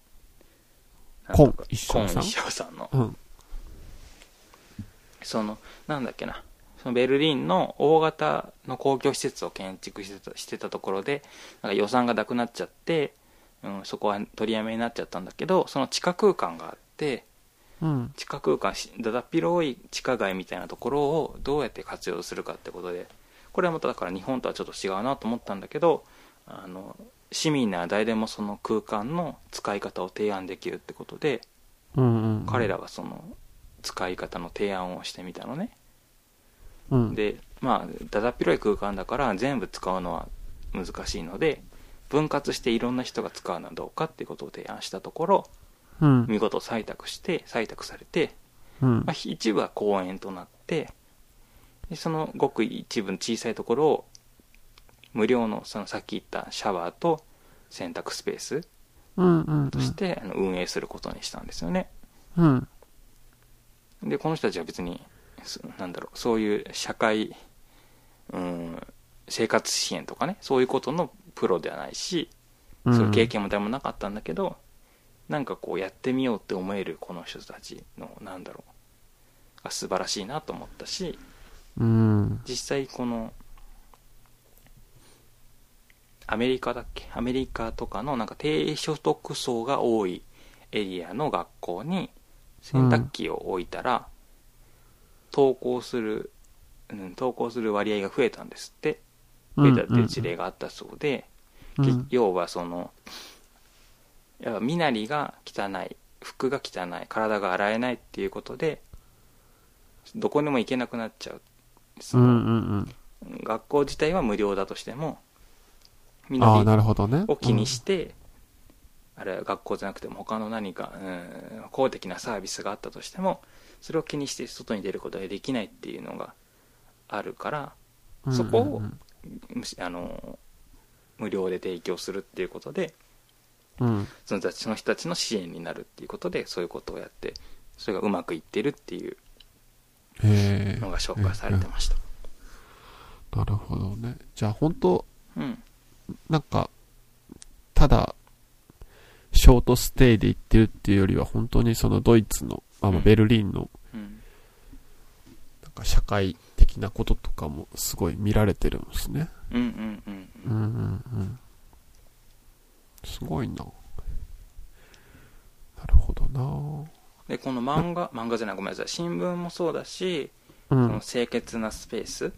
S2: コン
S1: なんとか
S2: 一生さん
S1: コン一生さんの
S2: うん。
S1: そのなんだっけなそのベルリンの大型の公共施設を建築してたしてたところでなんか予算がなくなっちゃって、うん、そこは取りやめになっちゃったんだけどその地下空間があって
S2: うん。
S1: 地下空間しだだっ広い地下街みたいなところをどうやって活用するかってことでこれはまただから日本とはちょっと違うなと思ったんだけどあの市民なら誰でもその空間の使い方を提案できるってことで
S2: うんうん。
S1: 彼らはその使い方の提案をしてみたのね
S2: うん、
S1: でまあだだっ広い空間だから全部使うのは難しいので分割していろんな人が使うのはどうかってことを提案したところ
S2: うん、
S1: 見事採択して採択されて
S2: うん
S1: まあ、、ひ一部は公園となってでそのごく一部の小さいところを無料のそのさっき言ったシャワーと洗濯スペース
S2: うん、うん、
S1: としてあの運営することにしたんですよね
S2: うん、
S1: でこの人たちは別にそなんだろうそういう社会うん生活支援とかねそういうことのプロではないし
S2: うん、
S1: そういう経験も誰もなかったんだけど、なんかこうやってみようって思えるこの人たちのなんだろうが素晴らしいなと思ったし
S2: うん、
S1: 実際このアメリカだっけアメリカとかのなんか低所得層が多いエリアの学校に洗濯機を置いたら、登校するうん投稿する割合が増えたんですって増えたっていう事例があったそうで、
S2: うん
S1: き要はそのやっぱ身なりが汚い服が汚い体が洗えないっていうことでどこにも行けなくなっちゃうそ
S2: うんう
S1: の
S2: んうん
S1: 学校自体は無料だとしても身
S2: ああ
S1: な
S2: な
S1: り
S2: るほどね
S1: を気にして、あれは学校じゃなくても他の何かうん公的なサービスがあったとしてもそれを気にして外に出ることができないっていうのがあるから
S2: うん
S1: そこを
S2: うん
S1: むしあの無料で提供するっていうことで
S2: うんうん
S1: その人たちの人たちの支援になるっていうことでそういうことをやってそれがうまくいってるっていう
S2: へえ
S1: のが紹介されてました、
S2: なるほどねじゃあ本当
S1: うん、
S2: なんかただショートステイで行ってるっていうよりは本当にそのドイツの、まあ、
S1: うん
S2: ベルリンの
S1: うん、
S2: なんか社会的なこととかもすごい見られてるんですね
S1: うんうんうん
S2: うんうんうんすごいななるほどな
S1: でこの漫画漫画じゃないごめんなさい新聞もそうだしそ
S2: うん
S1: の清潔なスペース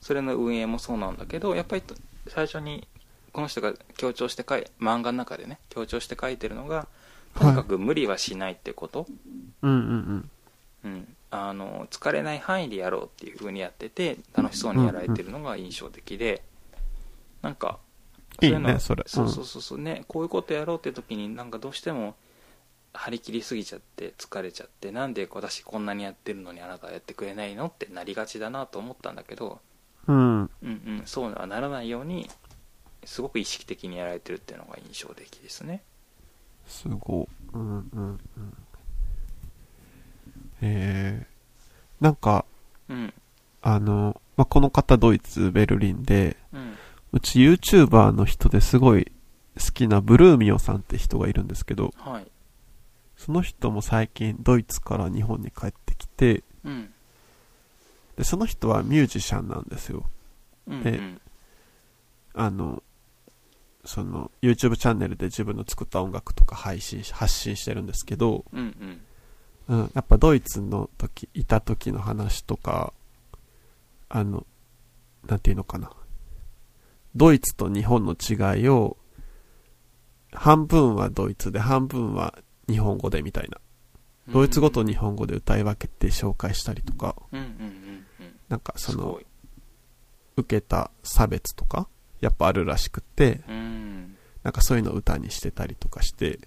S1: それの運営もそうなんだけどやっぱりと最初にこの人が強調して書い漫画の中でね強調して書いてるのがとにかく無理はしないってこと、
S2: うんうん
S1: うん、あの疲れない範囲でやろうっていう風にやってて楽しそうにやられてるのが印象的で、なんか
S2: いいね
S1: うの
S2: それ
S1: そう
S2: うん
S1: そうそうそうねこういうことやろうって時になんかどうしても張り切りすぎちゃって疲れちゃってなんで私こんなにやってるのにあなたはやってくれないのってなりがちだなと思ったんだけど、
S2: うんうん
S1: うんうん、そうはならないようにすごく意識的にやられてるっていうのが印象的ですね。
S2: すごいうんうんうんえー、なんか
S1: うん
S2: あの、まあ、この方ドイツベルリンで
S1: うん
S2: うち YouTuber の人ですごい好きなブルーミオさんって人がいるんですけど
S1: はい
S2: その人も最近ドイツから日本に帰ってきて
S1: うん
S2: でその人はミュージシャンなんですよ
S1: うんう
S2: で
S1: ん
S2: あの、その、YouTube チャンネルで自分の作った音楽とか配信し、発信してるんですけど、
S1: うんうん
S2: うん、やっぱドイツの時、いた時の話とか、あの、なんていうのかな。ドイツと日本の違いを、半分はドイツで、半分は日本語でみたいな。ドイツ語と日本語で歌い分けて紹介したりとか、
S1: うんうんうんうん
S2: なんかそ
S1: すご
S2: の
S1: い、
S2: 受けた差別とか、やっぱあるらしくって、
S1: うん
S2: なんかそういうのを歌にしてたりとかして、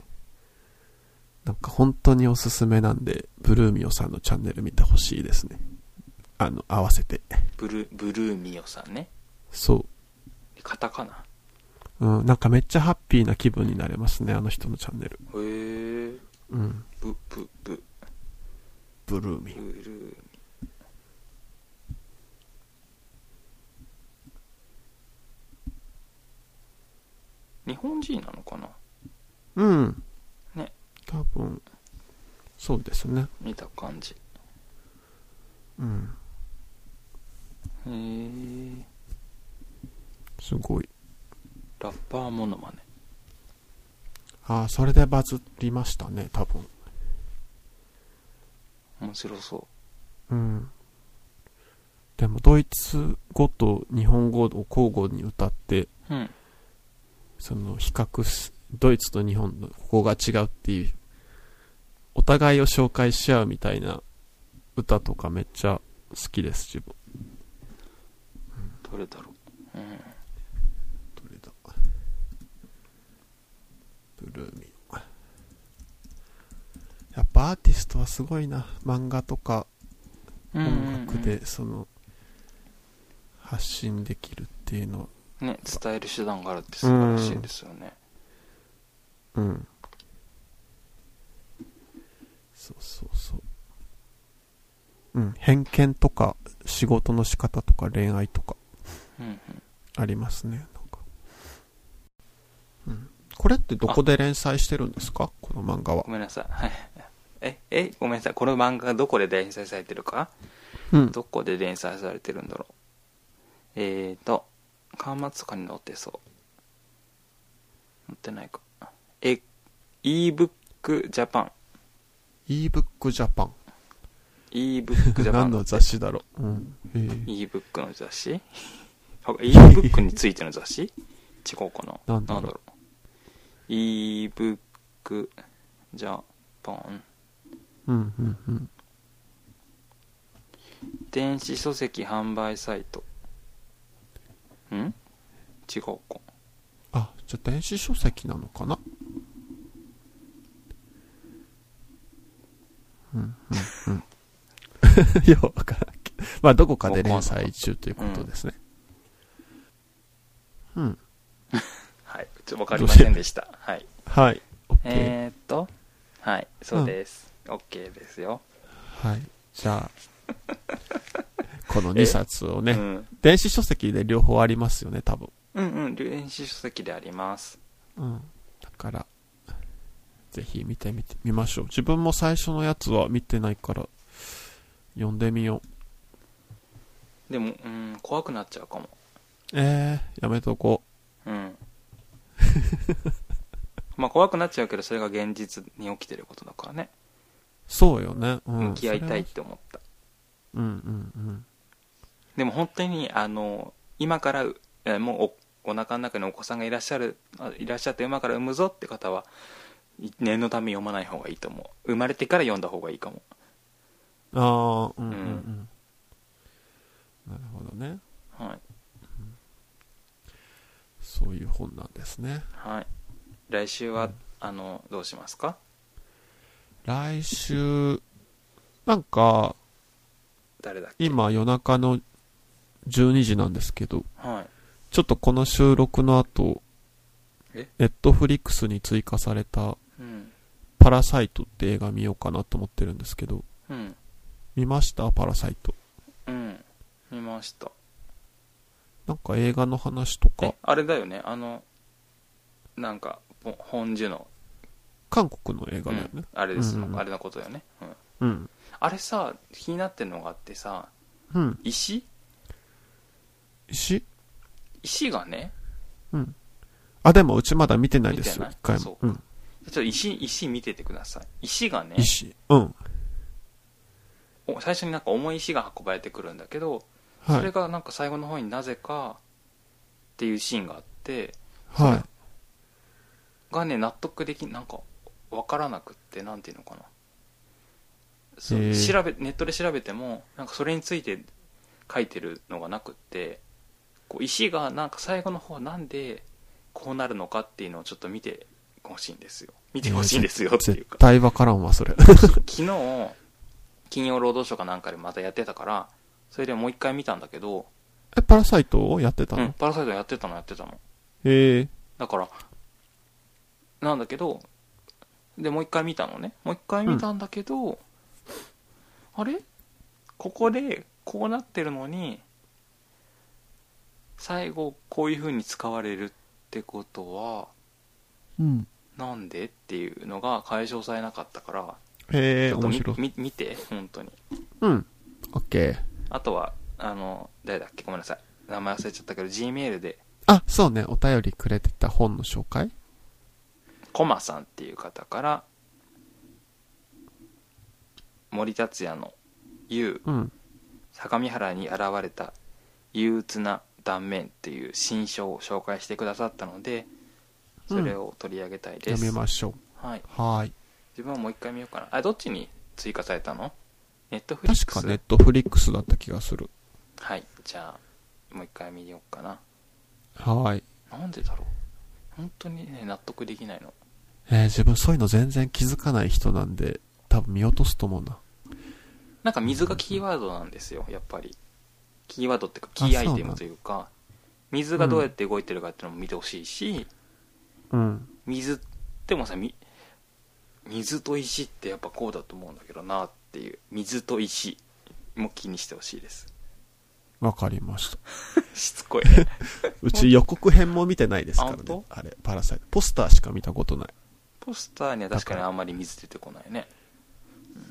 S2: なんか本当におすすめなんで、ブルーミオさんのチャンネル見てほしいですね。あの、合わせて。
S1: ブルブルーミオさんね
S2: そ
S1: カタカナ
S2: う。うん、なんかめっちゃハッピーな気分になれますね、あの人のチャンネル。
S1: へえ
S2: うん。
S1: ブブブ
S2: ブルーミ
S1: ブルーミオ日本人なのかな
S2: オ。うん。
S1: ね。
S2: 多分、そうですね。
S1: 見た感じ
S2: うん。
S1: へえ
S2: すごい。
S1: ラッパーモノマネ
S2: ああ、それでバズりましたね、多分。
S1: 面白そ
S2: うん。でも、ドイツ語と日本語を交互に歌って、
S1: ううん
S2: その比較す、ドイツと日本のここが違うっていう、お互いを紹介し合うみたいな歌とかめっちゃ好きです、自分。
S1: どれだろううん
S2: どれだブルーミオ。やっぱアーティストはすごいな。漫画とか
S1: うんうんうん
S2: 音楽で、その、発信できるっていうのは、
S1: ね伝える手段があるって素晴らしいですよね
S2: うん。そうそうそう。うん、偏見とか、仕事の仕方とか恋愛とか
S1: うんうん
S2: ありますね、なんか。うん。これってどこで連載してるんですかこの漫画は
S1: ご。めんなさいはいええごめんなさいこの漫画がどこで連載されてるか
S2: うん。
S1: どこで連載されてるんだろうえーと巻末とかに載ってそう載ってないかえ ebook ジャパン
S2: ebook Japan。
S1: ebook ジャパ
S2: 何
S1: ン
S2: の
S1: の
S2: 雑誌だろう、うんえー
S1: ebook の雑誌 ebook についての雑誌違うかな
S2: なんだろう
S1: ebook ジャパン
S2: うんうんうん
S1: 電子書籍販売サイトん違うか
S2: あじゃあ電子書籍なのかなうんうんうん よくわからんけどまあどこかで連載中ということですねうん、
S1: はいちょわかりませんでしたはい
S2: はい OK、
S1: えーっとはいそうです、OK ですよ、
S2: はいじゃあこの2 冊を
S1: う
S2: ね
S1: ん、
S2: 電子書籍で両方ありますよね多分
S1: うんうん電子書籍であります
S2: うんだからぜひ見てみてみましょう自分も最初のやつは見てないから読んでみよう
S1: でもうん怖くなっちゃうかも
S2: えー、やめとこ
S1: うん まあ怖くなっちゃうけどそれが現実に起きてることだからね
S2: うそうよね、うん、
S1: 向き合いたいっ
S2: そ
S1: て思った
S2: れはうんうんうん
S1: でも本当にあの今からえもうおお腹の中にお子さんがいらっしゃるあいらっしゃって今から産むぞって方は一念のため読まない方がいいと思う生まれてから読んだ方がいいかも
S2: ああうんうんう
S1: うん
S2: ん、なるほどね
S1: はい、
S2: そういう本なんですね
S1: はい、来週はあのどうしますか
S2: 来週なんか
S1: 誰だっけ
S2: 今夜中の12時なんですけど
S1: はい
S2: ちょっとこの収録の後
S1: え
S2: ネットフリックスに追加された
S1: うん
S2: 「パラサイト」って映画見ようかなと思ってるんですけど
S1: うん
S2: 見ましたパラサイト
S1: うん見ました
S2: なんか映画の話とか
S1: えあれだよねあのなんかほ本樹の、
S2: 韓国の映画
S1: う
S2: だよね
S1: ん、あれです、
S2: うんうん
S1: あれのことだよね、うん、
S2: うん
S1: あれさ気になってんのがあってさ
S2: うん
S1: 石
S2: 石
S1: 石がね
S2: うんあでもうちまだ見てないですよ
S1: 見てな
S2: 一
S1: い
S2: 回も
S1: そう
S2: うん
S1: ちょっと石石見ててください石がね
S2: 石うん
S1: お最初になんか重い石が運ばれてくるんだけど、
S2: は
S1: それ
S2: い
S1: がなんか最後の方になぜかっていうシーンがあって
S2: は
S1: がね納得できなんか分からなくってなんていうのかなそう
S2: へー
S1: 調べネットで調べてもなんかそれについて書いてるのがなくってこう石がなんか最後の方なんでこうなるのかっていうのをちょっと見てほしいんですよ見てほしいんですよ
S2: い
S1: っていう
S2: 絶
S1: か
S2: 対わからんわそれ
S1: き昨日金曜労働省かなんかでまたやってたからそれでもう一回見たんだけど、
S2: えパラサイトをやってた
S1: うん、
S2: の
S1: パラサイトやってたのやってたの
S2: へえ
S1: だからなんだけどでもう一回見たのねもう一回見たんだけど、あれここでこうなってるのに最後こういう風に使われるってことは
S2: うん
S1: なんでっていうのが解消されなかったから
S2: へえ
S1: ちょっとみ
S2: 面白い
S1: み見て本当に
S2: うんオッケー
S1: あとはあの誰だっけごめんなさい名前忘れちゃったけど G メールで
S2: あ、そうね。お便りくれてた本の紹介
S1: コマさんっていう方から森達也の「You
S2: うん。
S1: 相模原に現れた憂鬱な断面」っていう新書を紹介してくださったのでそれを取り上げたいで
S2: 読
S1: す、
S2: みましょ
S1: はい、
S2: う。はーい。
S1: 自分はもう一回見ようかなあどっちに追加されたのネットフリック
S2: 確
S1: ス
S2: かネットフリックスだった気がする。
S1: はいじゃあもう一回見ようかな
S2: はーい。
S1: なんでだろう本当にね納得できないの
S2: えー自分そういうの全然気づかない人なんで、多分見落とすと思うな。
S1: なんか水がキーワードなんですよやっぱりキーワードっていうかキーアイテムというか水がどうやって動いてるかっていうのも見てほしいし、
S2: うん。
S1: 水でもさみ水と石ってやっぱこうだと思うんだけどなっていう水と石も気にしてほしいです
S2: わかりました。
S1: しつこい ね
S2: うち予告編も見てないですから
S1: あ本
S2: ね
S1: 当。
S2: あれ、パラサイト。ポスターしか見たことない。
S1: ポスターには確かにあんまり水出てこないね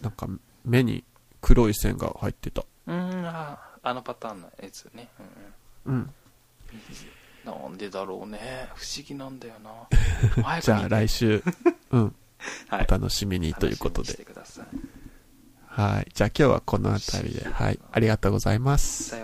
S2: なんか、目に黒い線が入ってた。
S1: うーんあーあのパターンのやつね、うんうん
S2: うん。
S1: なんでだろうね不思議なんだよな 早く
S2: じゃあ来週、うん。
S1: 週、は
S2: お楽しみにということ
S1: 楽しみにし
S2: で。
S1: てください
S2: はい。じゃあ今日はこの辺りで、はい。ありがとうございます。
S1: さよ